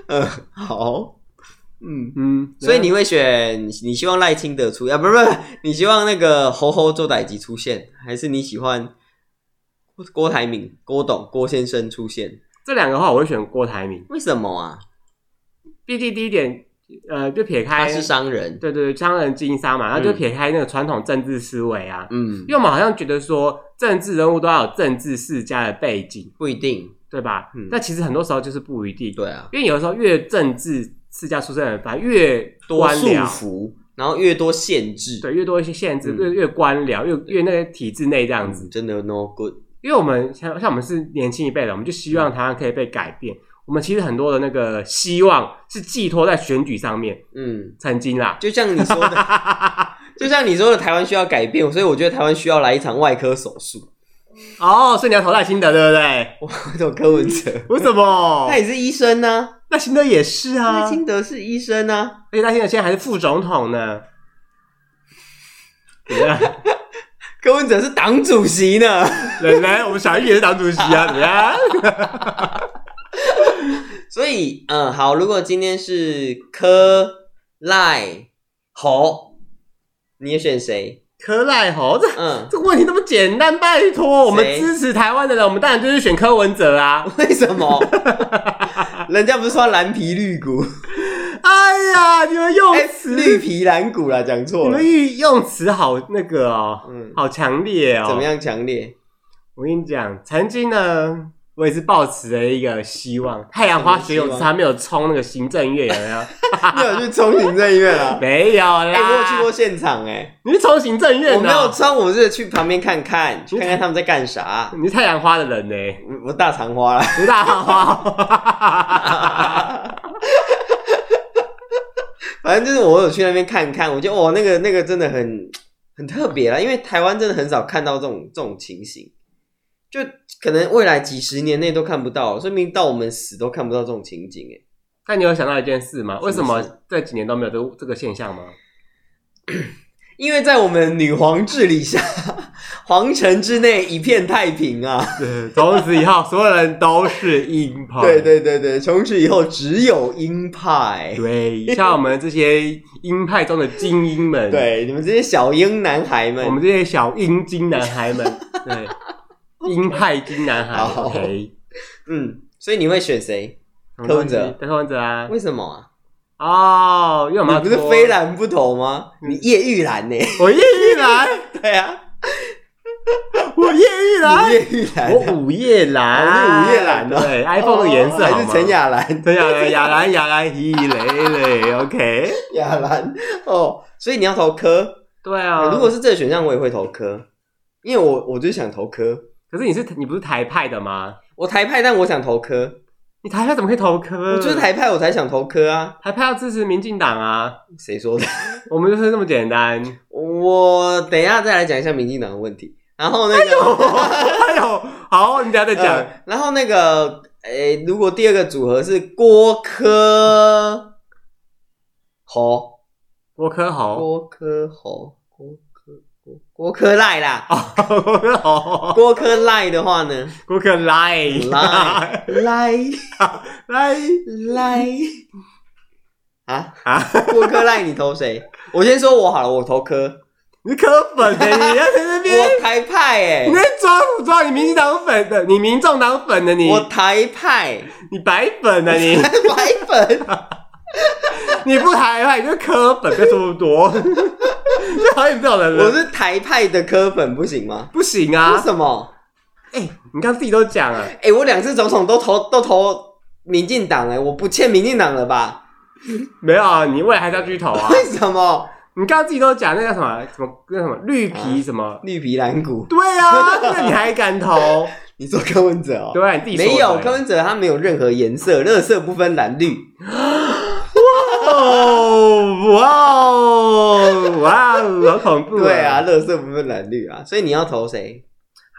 Speaker 2: 嗯，好，嗯，
Speaker 1: 嗯，
Speaker 2: 所以你会选你希望赖清德出啊？不是不是，你希望那个猴猴周歹吉出现，还是你喜欢郭郭台铭、郭董、郭先生出现？
Speaker 1: 这两个话，我会选郭台铭。
Speaker 2: 为什么啊？
Speaker 1: 毕竟第一点，呃，就撇
Speaker 2: 他
Speaker 1: 开
Speaker 2: 是商人，
Speaker 1: 对对对，商人经商嘛，然后就
Speaker 2: 嗯
Speaker 1: 撇开那个传统政治思维啊，
Speaker 2: 嗯
Speaker 1: 因，为我们好像觉得说政治人物都要有政治世家的背景，
Speaker 2: 不一定，
Speaker 1: 对吧？
Speaker 2: 嗯
Speaker 1: 但其实很多时候就是不一定，
Speaker 2: 对啊，
Speaker 1: 因为有的时候越政治世家出身的人，反而越
Speaker 2: 多
Speaker 1: 官
Speaker 2: 束
Speaker 1: 僚，
Speaker 2: 缚，然后越多限制，
Speaker 1: 对，越多一些限制，
Speaker 2: 嗯
Speaker 1: 越越官僚，越越那个体制内这样子。
Speaker 2: 嗯，真的 no good。
Speaker 1: 因为我们像像我们是年轻一辈的，我们就希
Speaker 2: 嗯
Speaker 1: 望台湾可以被改变。我们其实很多的那个希望是寄托在选举上面，
Speaker 2: 嗯，
Speaker 1: 曾经啦，
Speaker 2: 就像你说的，
Speaker 1: *laughs*
Speaker 2: 就像你说的，台湾需要改变，所以我觉得台湾需要来一场外科手术。
Speaker 1: 哦，所以你要投赖清德，对不对？ *laughs*
Speaker 2: 我懂柯文哲，
Speaker 1: 为什么
Speaker 2: 他？也是医生呢、
Speaker 1: 赖清德也是
Speaker 2: 啊，赖
Speaker 1: 哦啊，
Speaker 2: 清德是医生呢、啊。
Speaker 1: 而且赖清德现在还是副总统呢。怎么样？ *laughs*
Speaker 2: 柯文哲是党主席呢，
Speaker 1: 来来，我们小玉也是党主席啊，怎么样？ *laughs*
Speaker 2: 所以嗯，好，如果今天是柯赖侯，你也选谁？
Speaker 1: 柯赖侯这
Speaker 2: 嗯，
Speaker 1: 这个问题那么简单，拜托，我们
Speaker 2: 谁
Speaker 1: 支持台湾的人，我们当然就是选柯文哲啊。
Speaker 2: 为什么？人家不是说蓝皮绿骨，
Speaker 1: 哎呀，你们用
Speaker 2: 哎、
Speaker 1: 词、
Speaker 2: 绿皮蓝骨啦，讲
Speaker 1: 你
Speaker 2: 错了
Speaker 1: 们。用用词好那个哦，
Speaker 2: 嗯，
Speaker 1: 好强烈哦。
Speaker 2: 怎么？样强烈？
Speaker 1: *laughs* 我跟你讲，曾经呢，我也是抱持了一个希望，太阳花学泳池
Speaker 2: 嗯什么希望
Speaker 1: 还没有冲那个行政院，有没有？
Speaker 2: 你有去冲行政院啊？
Speaker 1: 没有啦。
Speaker 2: 哎、我有去过现场哎、
Speaker 1: 你是冲行政院啊
Speaker 2: 我没有
Speaker 1: 的，哦
Speaker 2: 冲，我是去旁边看看，去看看他们在干啥。嗯
Speaker 1: 你是太阳花的人呢，
Speaker 2: 我我大肠花啦。 *laughs*
Speaker 1: 你是大 *laughs* 花。
Speaker 2: 反正就是我有去那边看看，我觉得哇，那个那个真的很很特别啦，因为台湾真的很少看到这种这种情形，就可能未来几十年内都看不到，说明到我们死都看不到这种情景哎。
Speaker 1: 但你有想到一件事吗？为什么
Speaker 2: 什么
Speaker 1: 这几年都没有这个这个现象吗？
Speaker 2: 因为在我们女皇治理下， *laughs* 皇城之内一片太平啊！
Speaker 1: 对，从此以后，所有人都是鹰派。
Speaker 2: 对对对对，从此以后只有鹰派。
Speaker 1: 对，像我们这些鹰派中的精英们，，
Speaker 2: 对，你们这些小鹰男孩们
Speaker 1: 我，们这些小鹰精男孩
Speaker 2: *laughs*
Speaker 1: 们，对，鹰派精男孩
Speaker 2: 好
Speaker 1: ，OK，
Speaker 2: 嗯，所以你会选谁？柯文哲
Speaker 1: 对柯文哲啊，
Speaker 2: 为什么啊？
Speaker 1: 哦，因为我们
Speaker 2: 你
Speaker 1: 要
Speaker 2: 不是
Speaker 1: 拖
Speaker 2: 非，蓝不投吗？
Speaker 1: 嗯
Speaker 2: 你叶玉兰
Speaker 1: *laughs*
Speaker 2: 呢？
Speaker 1: 我叶玉兰，
Speaker 2: *laughs* 对啊。
Speaker 1: 我叶玉
Speaker 2: 午
Speaker 1: 兰，
Speaker 2: 夜玉兰、
Speaker 1: 我午夜
Speaker 2: 哦
Speaker 1: 蓝，
Speaker 2: 你午夜蓝哦
Speaker 1: 对，iPhone 的颜色
Speaker 2: 还
Speaker 1: 好
Speaker 2: 是
Speaker 1: 吗
Speaker 2: 陈雅兰， *laughs*
Speaker 1: 陈雅兰，雅兰，雅兰，咦嘞嘞，OK，
Speaker 2: 雅兰哦，所以你要投科。
Speaker 1: 对啊，
Speaker 2: 如果是这个选项，我也会投科，因为我我就是想投科。
Speaker 1: 可是你是你不是台派的吗？
Speaker 2: 我台派，但我想投科，
Speaker 1: 你台派怎么可以投科？
Speaker 2: 我就是台派，我才想投科啊。
Speaker 1: 台派要支持民进党啊，
Speaker 2: 谁说的？ *laughs*
Speaker 1: 我们就是这么简单。
Speaker 2: 我等一下再来讲一下民进党的问题。然后那个，
Speaker 1: 哎呦，好，你等一下 *laughs* 再讲。
Speaker 2: 呃然后那个，诶，如果第二个组合是郭科侯，
Speaker 1: 郭科豪，
Speaker 2: 郭科侯，郭科郭郭科赖啦，
Speaker 1: 哦郭科豪，
Speaker 2: 郭科赖的话呢？
Speaker 1: 郭科来
Speaker 2: 来来
Speaker 1: 来
Speaker 2: 来 *laughs* 啊！
Speaker 1: 啊！
Speaker 2: 郭科赖，你投谁？我先说我好了，我投科，
Speaker 1: 你科粉的，你要在那边，
Speaker 2: 我台派哎、
Speaker 1: 你在装不装？你民进党粉的，你民众党粉的，你
Speaker 2: 我台派
Speaker 1: 你白粉的，你
Speaker 2: 白粉，
Speaker 1: 你不台派，你就科粉，别说多，最讨厌这种人
Speaker 2: 我
Speaker 1: 了。
Speaker 2: 是台派的科粉，不行吗？
Speaker 1: 不行
Speaker 2: 为
Speaker 1: 啊！
Speaker 2: 什么？
Speaker 1: 哎、你刚自己都讲了，
Speaker 2: 哎、我两次总统都投都投民进党哎，我不欠民进党了吧？ *laughs*
Speaker 1: 没有啊？你未来还是要去投啊？
Speaker 2: 为什么？
Speaker 1: 你刚刚自己都讲那叫什么什么那什么绿皮
Speaker 2: 啊
Speaker 1: 什么？
Speaker 2: 绿皮蓝骨，
Speaker 1: 对啊，那你还敢投？
Speaker 2: 你说柯文哲哦？
Speaker 1: 对啊，你自己说的
Speaker 2: 没有柯文哲，他没有任何颜色，乐色不分蓝绿。
Speaker 1: 哦，哇
Speaker 2: *laughs*
Speaker 1: 哦，哇哦，好恐怖！
Speaker 2: 对啊，，乐色不分蓝绿啊，所以你要投谁？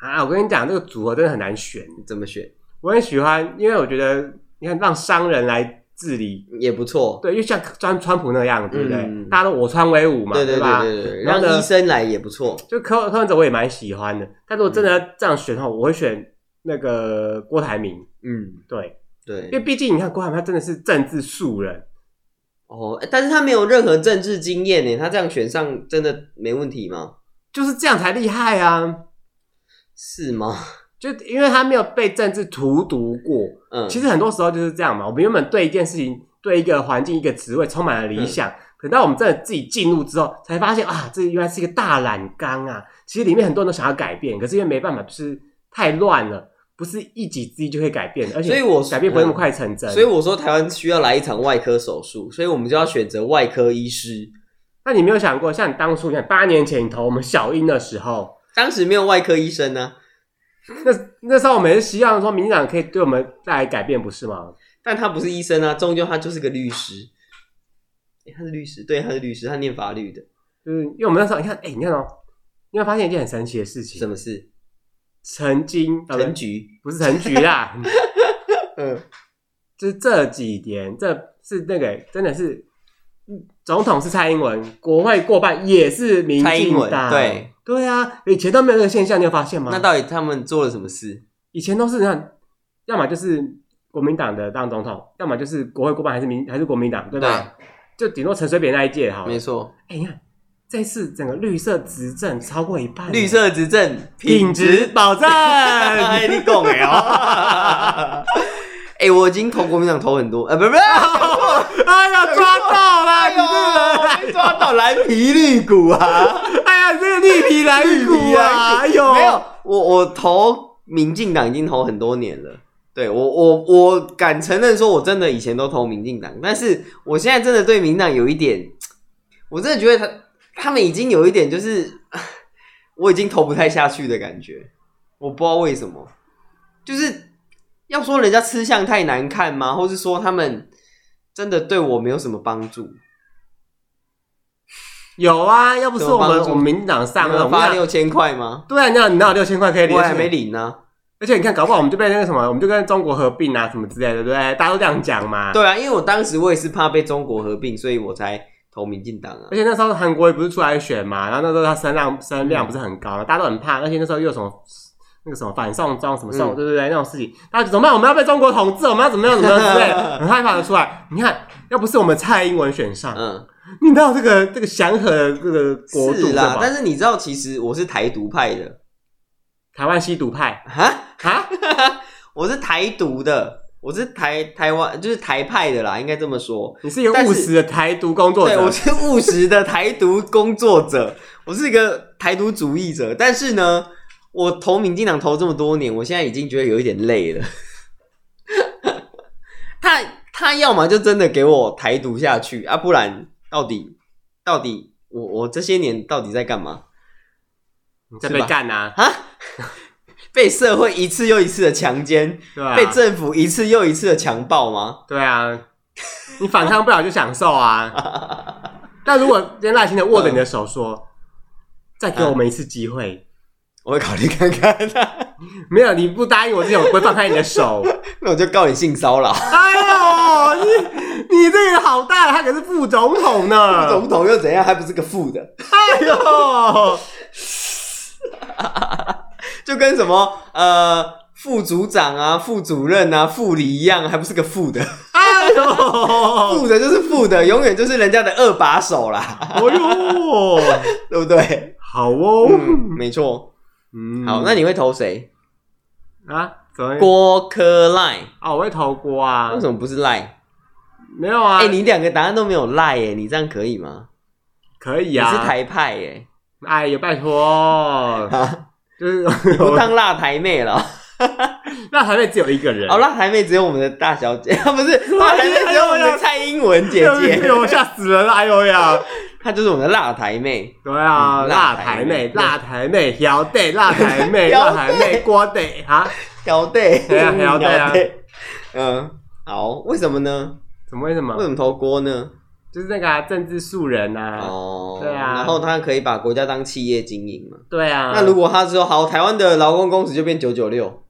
Speaker 1: 啊，我跟你讲，这个组合真的很难选。
Speaker 2: 你怎么选？
Speaker 1: 我很喜欢，因为我觉得你看，让商人来治理，
Speaker 2: 也不错。
Speaker 1: 对，就像川川普那样，对不对？
Speaker 2: 嗯
Speaker 1: 大家都我川为伍嘛，
Speaker 2: 对对
Speaker 1: 吧？
Speaker 2: 对对，
Speaker 1: 然后
Speaker 2: 让
Speaker 1: 呢
Speaker 2: 医生来也不错。
Speaker 1: 就柯柯文哲我也蛮喜欢的，但如果真的要这样选的话，我会选那个郭台铭。
Speaker 2: 嗯，
Speaker 1: 对，因为
Speaker 2: 对。
Speaker 1: 毕竟你看郭台铭他真的是政治素人，
Speaker 2: 哦，但是他没有任何政治经验呢，他这样选上真的没问题吗？
Speaker 1: 就是这样才厉害啊！
Speaker 2: 是吗？
Speaker 1: 就因为他没有被政治荼毒过，
Speaker 2: 嗯，
Speaker 1: 其实很多时候就是这样嘛。我们原本对一件事情、对一个环境、一个职位充满了理
Speaker 2: 嗯
Speaker 1: 想，可当我们真的自己进入之后，才发现啊，这原来是一个大染缸啊！其实里面很多人都想要改变，可是因为没办法，就是太乱了，不是一己之力就可以改变的，而且
Speaker 2: 所以我
Speaker 1: 改变不会那么快成真。
Speaker 2: 所以我说台湾需要来一场外科手术，所以我们就要选择外科医师。
Speaker 1: 那你没有想过，像你当初，你看八年前你投我们小英的时候，
Speaker 2: 当时没有外科医生啊呢、
Speaker 1: 那那时候我们也是希望说民进党可以对我们带来改变，不是吗？
Speaker 2: 但他不是医生啊，终究他就是个律师。诶他是律师，对，他是律师，他念法律的。
Speaker 1: 就是因为我们那时候，你看，哎、你看哦，你会发现一件很神奇的事情，
Speaker 2: 什么事？
Speaker 1: 曾经呃
Speaker 2: 陈局。
Speaker 1: 不是陈局啦，
Speaker 2: *laughs* 嗯，
Speaker 1: 就是这几年，这是那个真的是，嗯总统是蔡英文，国会过半也是民
Speaker 2: 蔡英
Speaker 1: 进
Speaker 2: 文
Speaker 1: 党，
Speaker 2: 对
Speaker 1: 对啊，以前都没有这个现象，你有发现吗？
Speaker 2: 那到底他们做了什么事？
Speaker 1: 以前都是让，要么就是国民党的当总统，要么就是国会过半还是民还是国民党，对吧？就顶多陈水扁那一届好了。
Speaker 2: 没错，
Speaker 1: 哎、你看这次整个绿色执政超过一半，
Speaker 2: 绿色执政，
Speaker 1: 品质保证。
Speaker 2: *laughs* 哎，你懂没有？
Speaker 1: *laughs*
Speaker 2: 哎，我已经投国民党投很多，呃，不是不是，
Speaker 1: 哎呀，抓到了！
Speaker 2: 哎
Speaker 1: 你这个人
Speaker 2: 呦，被抓到蓝皮绿股啊！
Speaker 1: 哎呀，你这个绿皮蓝
Speaker 2: 屁
Speaker 1: 骨啊！哎呦，
Speaker 2: 没有，我我投民进党已经投很多年了。对我我我敢承认说，我真的以前都投民进党，但是我现在真的对民进党有一点，我真的觉得他他们已经有一点就是 *laughs* 我已经投不太下去的感觉，我不知道为什么，就是要说人家吃相太难看吗？或是说他们真的对我没有什么帮助？
Speaker 1: 有啊，要不是我
Speaker 2: 有帮
Speaker 1: 们
Speaker 2: 助
Speaker 1: 我们民进党上
Speaker 2: 你们
Speaker 1: 了，我
Speaker 2: 发
Speaker 1: 们俩
Speaker 2: 六千块吗？
Speaker 1: 对啊，你哪你哪有六千块可以领？
Speaker 2: 我还没领啊呢、
Speaker 1: 而且你看，搞不好我们就被那个什么，我们就跟中国合并啊，什么之类的，对不对？大家都这样讲嘛。
Speaker 2: 对啊，因为我当时我也是怕被中国合并，所以我才投民进党啊
Speaker 1: 而。且那时候韩国也不是出来选嘛，然后那时候他声量声
Speaker 2: 嗯
Speaker 1: 量不是很高嘛，大家都很怕，而且那时候又有什么那个什么反送中什么送，
Speaker 2: 嗯
Speaker 1: 对不对？那种事情，大家就怎么办？我们要被中国统治，我们要怎么样怎么样之类的，很害怕的出来。你看，要不是我们蔡英文选上，
Speaker 2: 嗯，
Speaker 1: *laughs* 你知道这个这个祥和的这个国度
Speaker 2: 是
Speaker 1: 对
Speaker 2: 啦
Speaker 1: 吧，？
Speaker 2: 但是你知道，其实我是台独派的
Speaker 1: 台湾吸毒派
Speaker 2: 哈，
Speaker 1: 啊，
Speaker 2: 我是台独的，我是台台湾就是台派的啦，应该这么说。
Speaker 1: 你是一个
Speaker 2: 但是
Speaker 1: 务实的台独工作
Speaker 2: 对，
Speaker 1: 者
Speaker 2: 我，是务实的台独工作者，我是一个台独主义者。但是呢，我投民进党投这么多年，我现在已经觉得有一点累了。他他要么就真的给我台独下去啊，不然到底到底我我这些年到底在干嘛
Speaker 1: 你在被干啊，
Speaker 2: 啊？被社会一次又一次的强奸，
Speaker 1: 对吧？
Speaker 2: 啊被政府一次又一次的强暴吗？
Speaker 1: 对啊，你反抗不了就享受啊。
Speaker 2: *laughs*
Speaker 1: 但如果今天赖清德握着你的手说：“再给我们一次机会。
Speaker 2: 我会考虑看看， *laughs*
Speaker 1: 没有，你不答应我之前，我不会放开你的
Speaker 2: *laughs*
Speaker 1: 手。
Speaker 2: 那我就告你性骚扰。
Speaker 1: 哎呦，你你这个好大，他可是副总统呢。
Speaker 2: 总统又怎样？还不是个负的。
Speaker 1: 哎呦，
Speaker 2: 就跟什么呃副组长啊、副主任啊、副理一样，还不是个副的，
Speaker 1: 哎呦，
Speaker 2: 副的就是副的，永远就是人家的二把手啦， *laughs*
Speaker 1: 哎呦，
Speaker 2: 对不对？
Speaker 1: 好哦。
Speaker 2: 嗯，没错。
Speaker 1: 嗯
Speaker 2: 好，那你会投谁？
Speaker 1: 啊，怎么
Speaker 2: 郭科赖？
Speaker 1: 啊？我会投锅啊
Speaker 2: 为。什么不是赖？
Speaker 1: 没有啊，
Speaker 2: 哎、你两个答案都没有赖耶，你这样可以吗？
Speaker 1: 可以
Speaker 2: 你
Speaker 1: 啊。
Speaker 2: 是台派耶，
Speaker 1: 哎呀，拜
Speaker 2: *laughs*
Speaker 1: 托，
Speaker 2: 啊，
Speaker 1: 就是
Speaker 2: 不当辣台妹了。
Speaker 1: 那台妹只有一个人。
Speaker 2: 哦，辣台妹只有我们的大小姐， *laughs* 不是辣台妹只有我们的蔡英文姐
Speaker 1: *laughs*
Speaker 2: 姐，嗯
Speaker 1: 我吓死人了！哎呦呀，
Speaker 2: 她就是我们的辣台妹。
Speaker 1: 对啊，
Speaker 2: 嗯
Speaker 1: 辣台妹，辣台妹，摇
Speaker 2: *laughs*
Speaker 1: 对，辣台妹，
Speaker 2: 摇
Speaker 1: 辣台
Speaker 2: 对
Speaker 1: 妹，锅对啊？
Speaker 2: 条队，
Speaker 1: 对啊条队啊
Speaker 2: 条队嗯，好，为什么呢？
Speaker 1: 怎么为什么
Speaker 2: 为？什么投锅呢？
Speaker 1: 就是那个啊政治素人啊，
Speaker 2: 哦，
Speaker 1: 对啊
Speaker 2: 然后他可以把国家当企业经营嘛。
Speaker 1: 对啊。
Speaker 2: 那如果他说好，台湾的劳工工时就变九九六，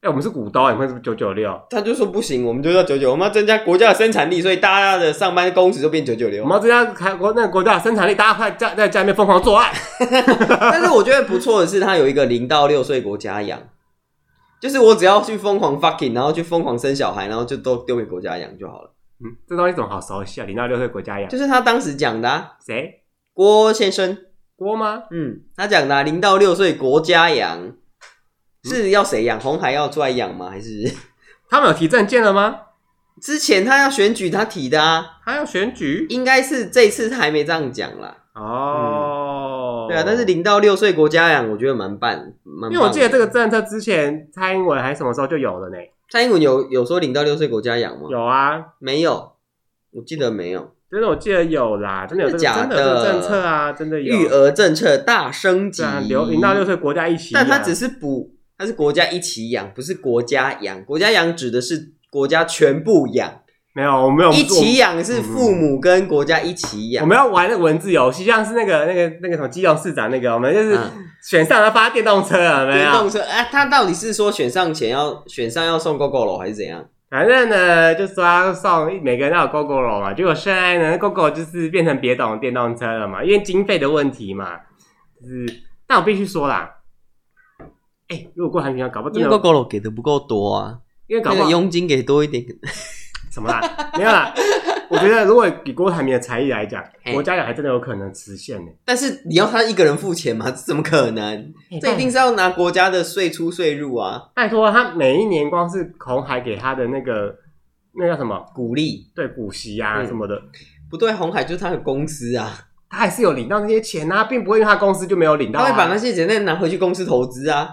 Speaker 1: 哎，我们是股东，你看是不是九九六？
Speaker 2: 他就说不行，我们就要九九，我们要增加国家的生产力，所以大家的上班工时就变九九
Speaker 1: 我
Speaker 2: 六
Speaker 1: 们。要增加开国那个国家的生产力，大家快在在家里面疯狂做爱。
Speaker 2: *laughs* 但是我觉得不错的是，他有一个零到六岁国家养，就是我只要去疯狂 fucking，然后去疯狂生小孩，然后就都丢给国家养就好了。
Speaker 1: 嗯，这东西怎么好熟悉啊？零到六岁国家养
Speaker 2: 就是他当时讲的、啊，
Speaker 1: 谁？
Speaker 2: 郭先生，
Speaker 1: 郭吗？
Speaker 2: 嗯，他讲的啊零、到六岁国家
Speaker 1: 嗯
Speaker 2: 养是要谁养？红海要出来养吗？还是 *laughs*
Speaker 1: 他们有提证件了吗？
Speaker 2: 之前他要选举他提的啊？
Speaker 1: 他要选举
Speaker 2: 应该是这一次他还没这样讲啦。
Speaker 1: 哦、
Speaker 2: 嗯对啊，但是零到六岁国家养，我觉得蛮棒，蛮棒的。
Speaker 1: 因为我记得这个政策之前蔡英文还什么时候就有了呢？
Speaker 2: 蔡英文有有说零到六岁国家养吗？
Speaker 1: 有啊，
Speaker 2: 没有，我记得没有。
Speaker 1: 真的我记得有啦，真的有这个
Speaker 2: 真的假
Speaker 1: 真
Speaker 2: 的
Speaker 1: 的有这个政策啊，真的有
Speaker 2: 育儿政策大升级
Speaker 1: 对啊，，留零到六岁国家一起啊养，
Speaker 2: 但它只是补，它是国家一起养，不是国家养。国家养指的是国家全部养，
Speaker 1: 没有，我没有
Speaker 2: 一起养是父母跟国家一起
Speaker 1: 我
Speaker 2: 养。
Speaker 1: 们要玩那个文字游戏，像是那个那个那个什么基隆市长那个，我们就是
Speaker 2: 嗯
Speaker 1: 选上他发电动车啊，有没
Speaker 2: 电
Speaker 1: 有？
Speaker 2: 动车，哎、他到底是说选上前要选上要送 GoGo 楼还是怎样？
Speaker 1: 反正呢，就说他送每个人都有 GoGo 了嘛，结果现在呢，GoGo 就是变成别懂的电动车了嘛，因为经费的问题嘛，就是。但我必须说啦，哎、如果过寒暑假，搞不好真
Speaker 2: 因为
Speaker 1: 的有，
Speaker 2: GoGo 楼给的不够多啊，
Speaker 1: 因为搞
Speaker 2: 那
Speaker 1: 不
Speaker 2: 个
Speaker 1: 好
Speaker 2: 佣金给多一点。
Speaker 1: 什么啦，没有啦。我觉得如果以郭台铭的才艺来讲，
Speaker 2: 嘿
Speaker 1: 国家养还真的有可能实现呢、
Speaker 2: 但是你要他一个人付钱吗？这怎么可能？
Speaker 1: 哎
Speaker 2: 这一定是要拿国家的税出税入啊，
Speaker 1: 拜托，他每一年光是红海给他的那个那叫什么
Speaker 2: 鼓励。
Speaker 1: 对股息啊
Speaker 2: 嗯
Speaker 1: 什么的，
Speaker 2: 不对，红海就是他的公司啊。
Speaker 1: 他还是有领到那些钱啊，并不会因为他公司就没有领到、
Speaker 2: 他
Speaker 1: 啊。
Speaker 2: 会把那些钱再拿回去公司投资啊。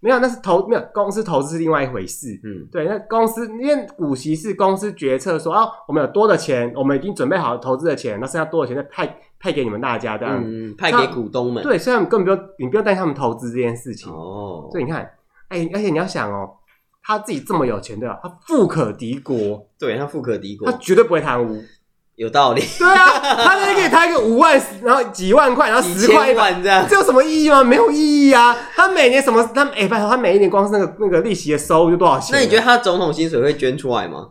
Speaker 1: 没有，那是投没有公司投资是另外一回事。
Speaker 2: 嗯，
Speaker 1: 对，那公司因为股息是公司决策说哦，我们有多的钱，我们已经准备好投资的钱，那剩下多的钱再派派给你们大家这样。
Speaker 2: 嗯，派给股东们。，
Speaker 1: 对，所以他们根本不用你不用担心他们投资这件事情。
Speaker 2: 哦，
Speaker 1: 所以你看，哎、而且你要想哦，他自己这么有钱对吧？他富可敌国，
Speaker 2: 对，他富可敌
Speaker 1: 他
Speaker 2: 国，
Speaker 1: 绝对不会贪污。
Speaker 2: 有道理。
Speaker 1: 对啊，他那给他一个五万，然后几万块，然后
Speaker 2: 几
Speaker 1: 十块一
Speaker 2: 千
Speaker 1: 百，
Speaker 2: 万这样，
Speaker 1: 这有什么意义吗？没有意义啊！他每年什么，他哎，拜托，他每一年光是那个那个利息的收入就多少钱？
Speaker 2: 那你觉得？他总统薪水会捐出来吗？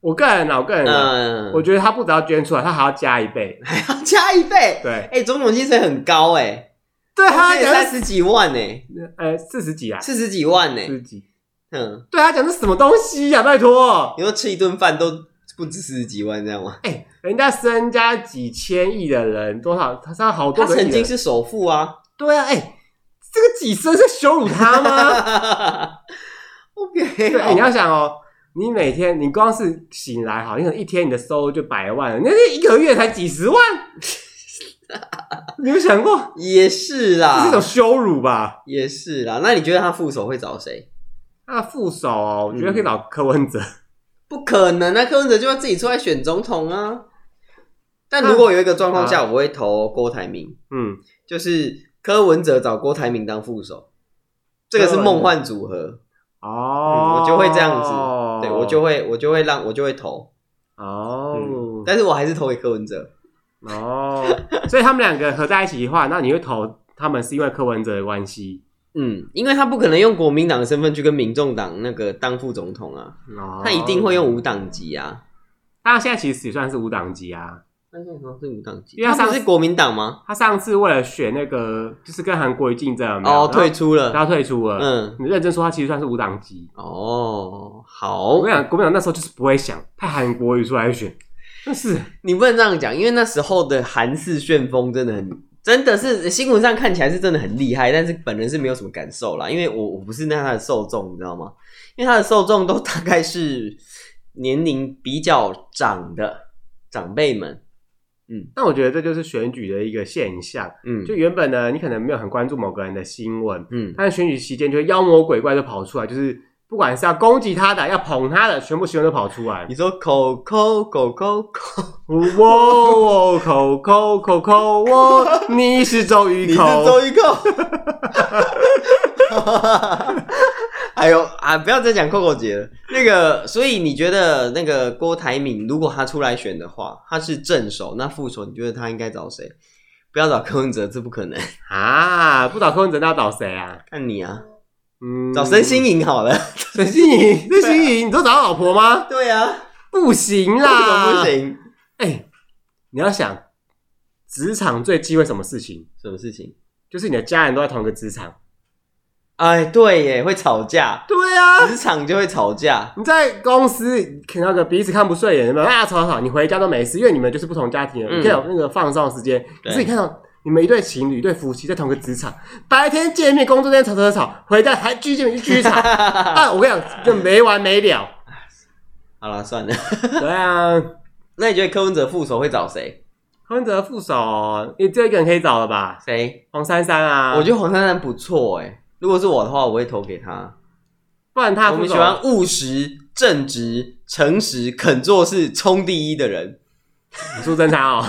Speaker 1: 我个人啊，我个人啊，
Speaker 2: 嗯，
Speaker 1: 我觉得他不只要捐出来，他还要加一
Speaker 2: *laughs*
Speaker 1: 倍。
Speaker 2: 还要加一倍。
Speaker 1: 对，
Speaker 2: 哎，总统薪水很高哎，
Speaker 1: 对啊他讲
Speaker 2: 三
Speaker 1: 的是
Speaker 2: 十几万哎，
Speaker 1: 呃四十几啊，
Speaker 2: 四十几万
Speaker 1: 四
Speaker 2: 哎，
Speaker 1: 十几。
Speaker 2: 嗯，
Speaker 1: 对他讲的是什么东西呀、拜托，
Speaker 2: 你说吃一顿饭都不止四十几万这样吗？
Speaker 1: 哎，人家身家几千亿的人，多少他上好多
Speaker 2: 他
Speaker 1: 个亿
Speaker 2: 曾
Speaker 1: 了
Speaker 2: 经是首富啊， *laughs*
Speaker 1: 对啊，哎、这个几声是羞辱他吗？
Speaker 2: *laughs* OK，
Speaker 1: 对、你要想哦，你每天你光是醒来好，你可能一天你的收入就百万了，那是一个月才几
Speaker 2: *laughs*
Speaker 1: 十万，你有想过
Speaker 2: 也是
Speaker 1: 这是一种
Speaker 2: 啦，
Speaker 1: 羞辱吧？
Speaker 2: 也是啦。那你觉得他副手会找谁？
Speaker 1: 那副手哦，我觉得
Speaker 2: 嗯
Speaker 1: 可以找柯文哲，
Speaker 2: 不可能啊！柯文哲就要自己出来选总统啊。但如果有一个状况
Speaker 1: 啊
Speaker 2: 下，我会投郭台铭，
Speaker 1: 嗯，
Speaker 2: 就是柯文哲找郭台铭当副手，这个是梦幻组合。
Speaker 1: 哦、
Speaker 2: 嗯我就会这样子对我就会我就会让我就会投，
Speaker 1: 哦。
Speaker 2: 嗯但是我还是投给柯文哲。
Speaker 1: 哦，所以他们两个合在一起的话，那你会投他们是因为柯文哲的关系
Speaker 2: 嗯，因为他不可能用国民党的身份去跟民众党那个当副总统啊，
Speaker 1: 哦，
Speaker 2: 他一定会用。无党籍啊。
Speaker 1: 当然，现在其实也算是无党籍啊，
Speaker 2: 那为什么是无党籍？
Speaker 1: 因为他
Speaker 2: 他
Speaker 1: 上
Speaker 2: 不
Speaker 1: 次
Speaker 2: 是国民党吗？
Speaker 1: 他上次为了选那个，就是跟韩国瑜竞争有没有
Speaker 2: 哦，退，出
Speaker 1: 然后
Speaker 2: 了。
Speaker 1: 他退出了。
Speaker 2: 嗯，
Speaker 1: 你认真说，他其实算是无党籍。
Speaker 2: 哦，
Speaker 1: 我
Speaker 2: 好
Speaker 1: 跟。你讲，国民党那时候就是不会想派韩国瑜出来选，但是
Speaker 2: 你不能这样讲，因为那时候的韩式旋风真的很，真的是新闻上看起来是真的很厉害，但是本人是没有什么感受啦，因为我我不是那他的受众，你知道吗？因为他的受众都大概是年龄比较长的长辈们，
Speaker 1: 但我觉得这就是选举的一个现象。
Speaker 2: 嗯，
Speaker 1: 就原本呢，你可能没有很关注某个人的新闻，
Speaker 2: 嗯，
Speaker 1: 但是选举期间就会妖魔鬼怪就跑出来，就是不管是要攻击他的、要捧他的，全部新闻都跑出来
Speaker 2: 你。说口口狗狗口，
Speaker 1: 哇哦，口口口口哦，你是周
Speaker 2: 你
Speaker 1: 瑜
Speaker 2: 是
Speaker 1: 口，
Speaker 2: 周一口， *laughs* 哎呦啊，不要再讲 Coco 姐了。那个，所以你觉得那个郭台铭，如果他出来选的话，他是正手，那副手，你觉得他应该找谁？不要找柯文哲，这不可能。 *laughs*
Speaker 1: 啊？不找柯文哲，那要找谁啊？
Speaker 2: 看你啊，
Speaker 1: 嗯，
Speaker 2: 找身心营好 *laughs* 了。
Speaker 1: 沈心怡，沈心怡，你都找到老婆吗？
Speaker 2: 对啊，
Speaker 1: 不行
Speaker 2: 为什么
Speaker 1: 啦，
Speaker 2: 不。行？
Speaker 1: 哎、你要想，职场最忌讳什么事情？
Speaker 2: 什么事情？
Speaker 1: 就是你的家人都在同一个职场。
Speaker 2: 哎，对耶，会吵架，
Speaker 1: 对啊，
Speaker 2: 职场就会吵架。
Speaker 1: 你在公司看到个彼此看不顺眼，有没有？啊，吵吵吵，你回家都没事，因为你们就是不同家庭了，
Speaker 2: 嗯
Speaker 1: 你可以有那个放松的时间。可
Speaker 2: 对
Speaker 1: 是你看到你们一对情侣、一对夫妻在同一个职场，白天见面工作间吵吵吵，回家还继续见面继
Speaker 2: *laughs*
Speaker 1: 续吵。啊，我跟你讲，就没完没了。
Speaker 2: 好了，算了。 *laughs*
Speaker 1: 对啊，
Speaker 2: 那你觉得柯文哲副手会找谁？
Speaker 1: 柯文哲副手，你只有一个人可以找了吧？
Speaker 2: 谁？
Speaker 1: 黄珊珊啊，
Speaker 2: 我觉得黄珊珊不错哎。如果是我的话，我会投给他。
Speaker 1: 不然他
Speaker 2: 我
Speaker 1: 副
Speaker 2: 们
Speaker 1: 手
Speaker 2: 喜欢务实、正直、诚实、肯做事、冲第一的人。
Speaker 1: 苏贞昌
Speaker 2: *laughs*
Speaker 1: 哦，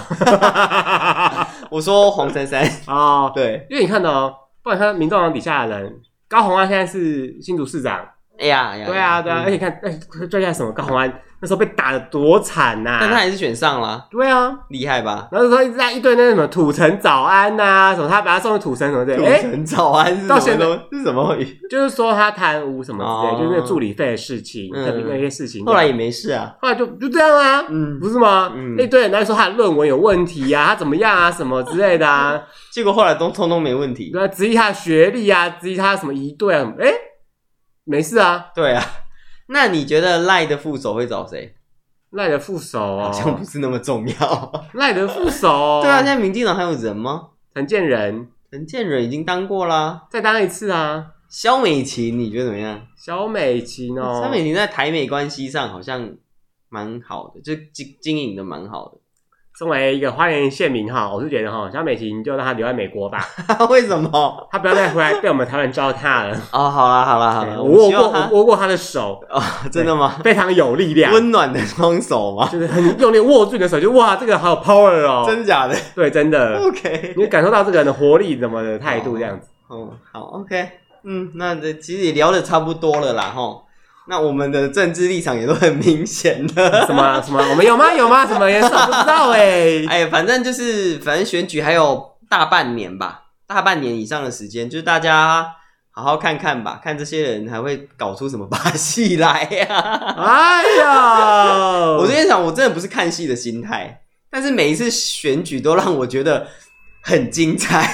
Speaker 1: *laughs*
Speaker 2: 我说黄珊 *laughs* 珊，
Speaker 1: 哦，
Speaker 2: 对，
Speaker 1: 因为你看到、哦，不然看民众党底下的人，高虹安现在是新竹市长，
Speaker 2: 哎呀，哎呀
Speaker 1: 对啊，对啊，而且你看，哎，最下什么高虹安那时候被打的多惨呐、
Speaker 2: 但他还是选上了，
Speaker 1: 对啊，
Speaker 2: 厉害吧？
Speaker 1: 然后说一直在一堆那什么土城早安呐、什么他把他送去土城什么之类
Speaker 2: 土
Speaker 1: 的，哎、
Speaker 2: 城早安是
Speaker 1: 到
Speaker 2: 什
Speaker 1: 现在
Speaker 2: 么？是什么语？啊
Speaker 1: 就是说他贪污什么之类的，
Speaker 2: 哦
Speaker 1: 就是那个助理费的事情，
Speaker 2: 嗯
Speaker 1: 特别那些事情，
Speaker 2: 后来也没事啊。
Speaker 1: 后来就就这样啊。
Speaker 2: 嗯，
Speaker 1: 不是吗？
Speaker 2: 嗯
Speaker 1: 一堆人在说他的论文有问题啊，他怎么样啊，什么之类的啊。
Speaker 2: *laughs* 结果后来都通通没问题。
Speaker 1: 对啊，质疑他的学历啊，质疑他什么疑对啊，什么哎，没事啊，
Speaker 2: 对啊，那你觉得赖的副手会找谁？
Speaker 1: 赖的副手
Speaker 2: 好像
Speaker 1: 哦，
Speaker 2: 不是那么重要。
Speaker 1: 赖的副手、哦，
Speaker 2: *laughs* 对啊，现在民进党还有人吗？
Speaker 1: 陈建仁
Speaker 2: 陈建仁已经当过啦。
Speaker 1: 再当一次啊，
Speaker 2: 肖美琴，你觉得怎么样？
Speaker 1: 小美琴哦，
Speaker 2: 肖美琴在台美关系上好像蛮好的，就经经营的蛮好的。
Speaker 1: 身为一个花莲县民哈，我是觉得哈，小美琴就让她留在美国吧， *laughs*
Speaker 2: *laughs* 为什么？
Speaker 1: 她不要再回来被 *laughs* 我们台湾糟蹋了。
Speaker 2: 哦，好啦好啦好
Speaker 1: 对
Speaker 2: 啦，
Speaker 1: 我握
Speaker 2: 我希
Speaker 1: 过，
Speaker 2: 望他
Speaker 1: 我握过她的手，
Speaker 2: 哦，真的吗？
Speaker 1: 非常有力量，
Speaker 2: *laughs* 温暖的双手吗？
Speaker 1: 就是很用力握住你的手，就哇，这个好有 power 哦，
Speaker 2: *laughs* 真假的
Speaker 1: 对，真的，
Speaker 2: ？OK，
Speaker 1: 你会感受到这个人的活力怎么的态度这样
Speaker 2: *laughs*
Speaker 1: 子。
Speaker 2: *laughs* 哦，好，OK，嗯，那这其实也聊的差不多了啦，吼。那我们的政治立场也都很明显了。
Speaker 1: 什么什么？我们有吗？有吗？什么颜色？我不知道哎、
Speaker 2: *laughs* 哎，反正就是，反正选举还有大半年吧，大半年以上的时间，就是大家好好看看吧，看这些人还会搞出什么把戏来呀、
Speaker 1: 哎呀，
Speaker 2: 我今天想，我真的不是看戏的心态，但是每一次选举都让我觉得很精彩。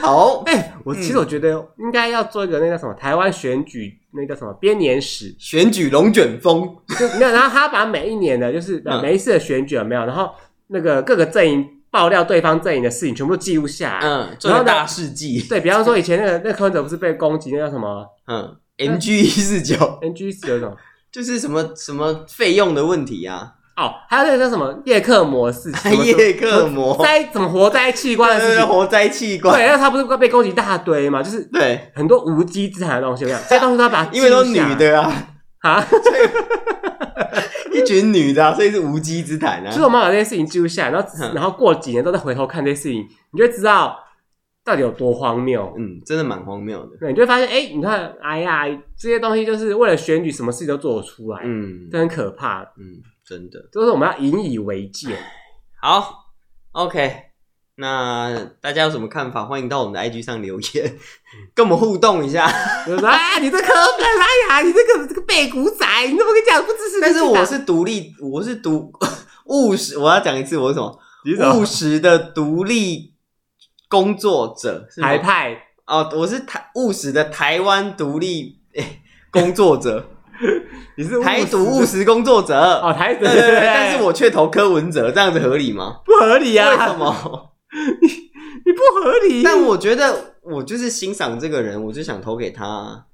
Speaker 2: 好，
Speaker 1: 哎、我其
Speaker 2: 嗯
Speaker 1: 实我觉得应该要做一个那叫什么台湾选举那叫什么编年史，
Speaker 2: 选举龙卷风，
Speaker 1: 就没有，然后他把每一年的，就是呃
Speaker 2: 嗯
Speaker 1: 每一次的选举有没有，然后那个各个阵营爆料对方阵营的事情全部都记录下来。
Speaker 2: 嗯，做个大事记，
Speaker 1: 对比方说以前那个那柯文哲不是被攻击那叫什么
Speaker 2: 嗯，MG 一四九
Speaker 1: NG 十九种
Speaker 2: 就是什么什么费用的问题啊，
Speaker 1: 哦，还有那个叫什么叶克膜事情，什么
Speaker 2: 哎 *laughs* 叶克膜，
Speaker 1: 灾怎么活灾器官
Speaker 2: 对
Speaker 1: 的
Speaker 2: 对
Speaker 1: 事
Speaker 2: 对，
Speaker 1: 情，
Speaker 2: 活灾器官，
Speaker 1: 对，然后他不是被攻击一大堆嘛，就是
Speaker 2: 对，
Speaker 1: 很多无稽之谈的东西，我想这些东西都要把它
Speaker 2: 因为都
Speaker 1: 记
Speaker 2: 女
Speaker 1: 下来
Speaker 2: 的啊，
Speaker 1: 啊，
Speaker 2: 一群女的啊，所以是无稽之谈
Speaker 1: 就是
Speaker 2: 啊。
Speaker 1: 我们把这些事情记录下来，然后
Speaker 2: 嗯
Speaker 1: 然后过几年都再回头看这些事情，你就会知道到底有多荒谬。
Speaker 2: 嗯，真的蛮荒谬的。
Speaker 1: 对，你就会发现，哎、你看，哎呀，这些东西就是为了选举，什么事情都做得出来，
Speaker 2: 嗯
Speaker 1: 这很可怕。
Speaker 2: 嗯，真的。
Speaker 1: 就是我们要引以为戒。
Speaker 2: 好，OK，那大家有什么看法？欢迎到我们的 IG 上留言， *laughs* 跟我们互动一下。
Speaker 1: *laughs* 就是说，哎呀，你这可本，哎呀，你这个这个背骨仔，你怎么跟你讲不支持民进党？
Speaker 2: 但是我是独立，我是独 *laughs* 务实，我要讲一次，我是什么？
Speaker 1: 你是什么
Speaker 2: 务实的独立工作者，是吗
Speaker 1: 台派，
Speaker 2: 哦，我是台务实的台湾独立、诶工作者，
Speaker 1: *laughs* 你是务
Speaker 2: 台独务
Speaker 1: 实
Speaker 2: 实工作者。
Speaker 1: 哦，台独，
Speaker 2: 对对对，但是我却投柯文哲，这样子合理吗？
Speaker 1: 不合理啊，
Speaker 2: 为什？
Speaker 1: *laughs*
Speaker 2: 么？
Speaker 1: 你不合理，
Speaker 2: 但我觉得我就是欣赏这个人，我就想投给他啊。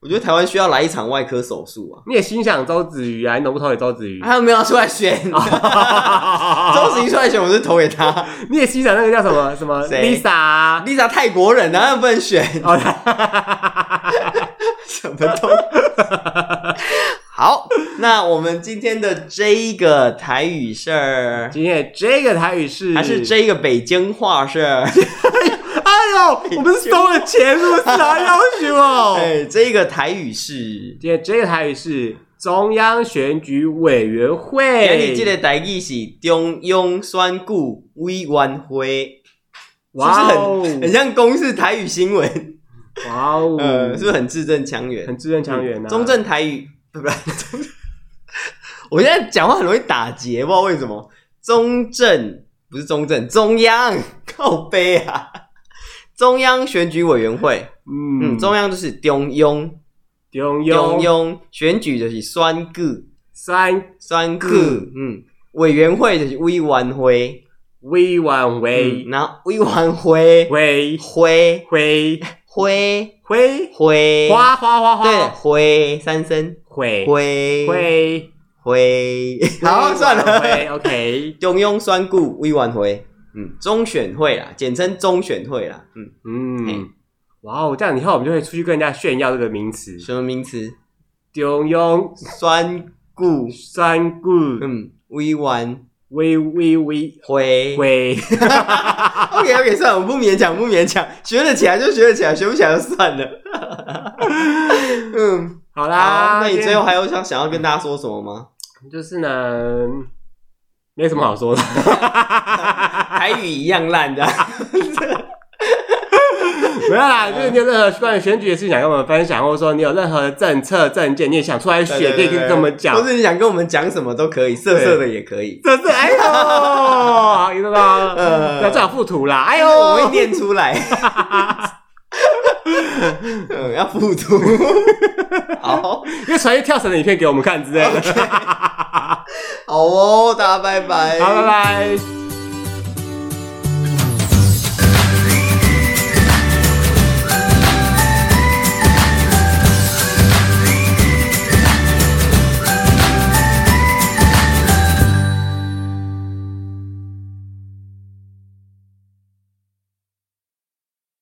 Speaker 2: 我觉得台湾需要来一场外科手术啊！
Speaker 1: 你也欣赏周子瑜啊，你怎么不投给周子
Speaker 2: *laughs*
Speaker 1: 瑜？
Speaker 2: 他有没有要出来选？
Speaker 1: 哦
Speaker 2: 周子
Speaker 1: 瑜，
Speaker 2: 怡出来选，我就投给他。
Speaker 1: 你也欣赏那个叫什么什么
Speaker 2: 谁
Speaker 1: Lisa 啊
Speaker 2: Lisa 泰国人啊，他不能选
Speaker 1: 哦，他
Speaker 2: 什么
Speaker 1: *laughs*
Speaker 2: 都。好，那我们今天的这个台语事儿，
Speaker 1: 今天这个台语是
Speaker 2: 还是这个北京话事儿？
Speaker 1: 哎呦，我们是收了钱是不是啊？要求哦。
Speaker 2: *laughs* 哎，这个台语是，
Speaker 1: 今天这个台语是中央选举委员
Speaker 2: 今日
Speaker 1: 会
Speaker 2: 这个台语是中央选举委员会。
Speaker 1: 哇哦，
Speaker 2: 很像公视台语新闻，
Speaker 1: 哇哦，
Speaker 2: 呃，是不是很字正腔圆？
Speaker 1: 很字正腔圆啊？
Speaker 2: 中正台语不 *laughs* 不，中正我现在讲话很容易打结，不知道为什么。中正不是中正，中央 *laughs* 靠背啊，中央选举委员会，嗯，
Speaker 1: 嗯，
Speaker 2: 中央就是中央，
Speaker 1: 中
Speaker 2: 中
Speaker 1: 庸
Speaker 2: 央选举就是选举，
Speaker 1: 三
Speaker 2: 选举，嗯，委员会就是委员会，
Speaker 1: 委婉
Speaker 2: 嗯，
Speaker 1: 为
Speaker 2: 然后委员会
Speaker 1: 为
Speaker 2: 会
Speaker 1: 回
Speaker 2: 会
Speaker 1: 回
Speaker 2: 会，
Speaker 1: 花花花
Speaker 2: 对，
Speaker 1: 花
Speaker 2: 会三声，
Speaker 1: 回
Speaker 2: 会
Speaker 1: 回，
Speaker 2: 会，好，算了。
Speaker 1: 回 OK，
Speaker 2: 中庸选举委员会，嗯，中选会啦，简称中选会啦，嗯，嘿
Speaker 1: 嗯。哇哦，这样以后我们就会出去跟人家炫耀这个名词，
Speaker 2: 什么名词？
Speaker 1: 中庸
Speaker 2: 选举，
Speaker 1: 三顾
Speaker 2: 嗯，委员
Speaker 1: 微微微
Speaker 2: 会。
Speaker 1: 微，
Speaker 2: OK OK，算了，我不勉强，不勉强，学得起来就学得起来，学不起来就算了。嗯，
Speaker 1: 好
Speaker 2: 好，
Speaker 1: 啦，
Speaker 2: 那你最后
Speaker 1: 今
Speaker 2: 还有想想要跟大家说什么吗？
Speaker 1: 天就是呢，没什么好说的， *laughs*
Speaker 2: 台语一样烂的，
Speaker 1: 没有
Speaker 2: 嗯
Speaker 1: 啦，就是你有任何关于选举的事情想跟我们分享，或者说你有任何政策政见，你也想出来
Speaker 2: *laughs* 对
Speaker 1: 选，可以跟我们讲
Speaker 2: 或。是你想跟我们讲什么都可以，色色的也可以。
Speaker 1: 这是哎呦，好，你知道
Speaker 2: 呃
Speaker 1: 吗？要最好附图啦，哎
Speaker 2: 哎
Speaker 1: 呦
Speaker 2: 呦，，我会念出 *laughs* 来。嗯，要复读。好，
Speaker 1: 因为传一跳绳的影片给我们看之类的。
Speaker 2: 好哦，大家拜拜。
Speaker 1: 好，拜拜。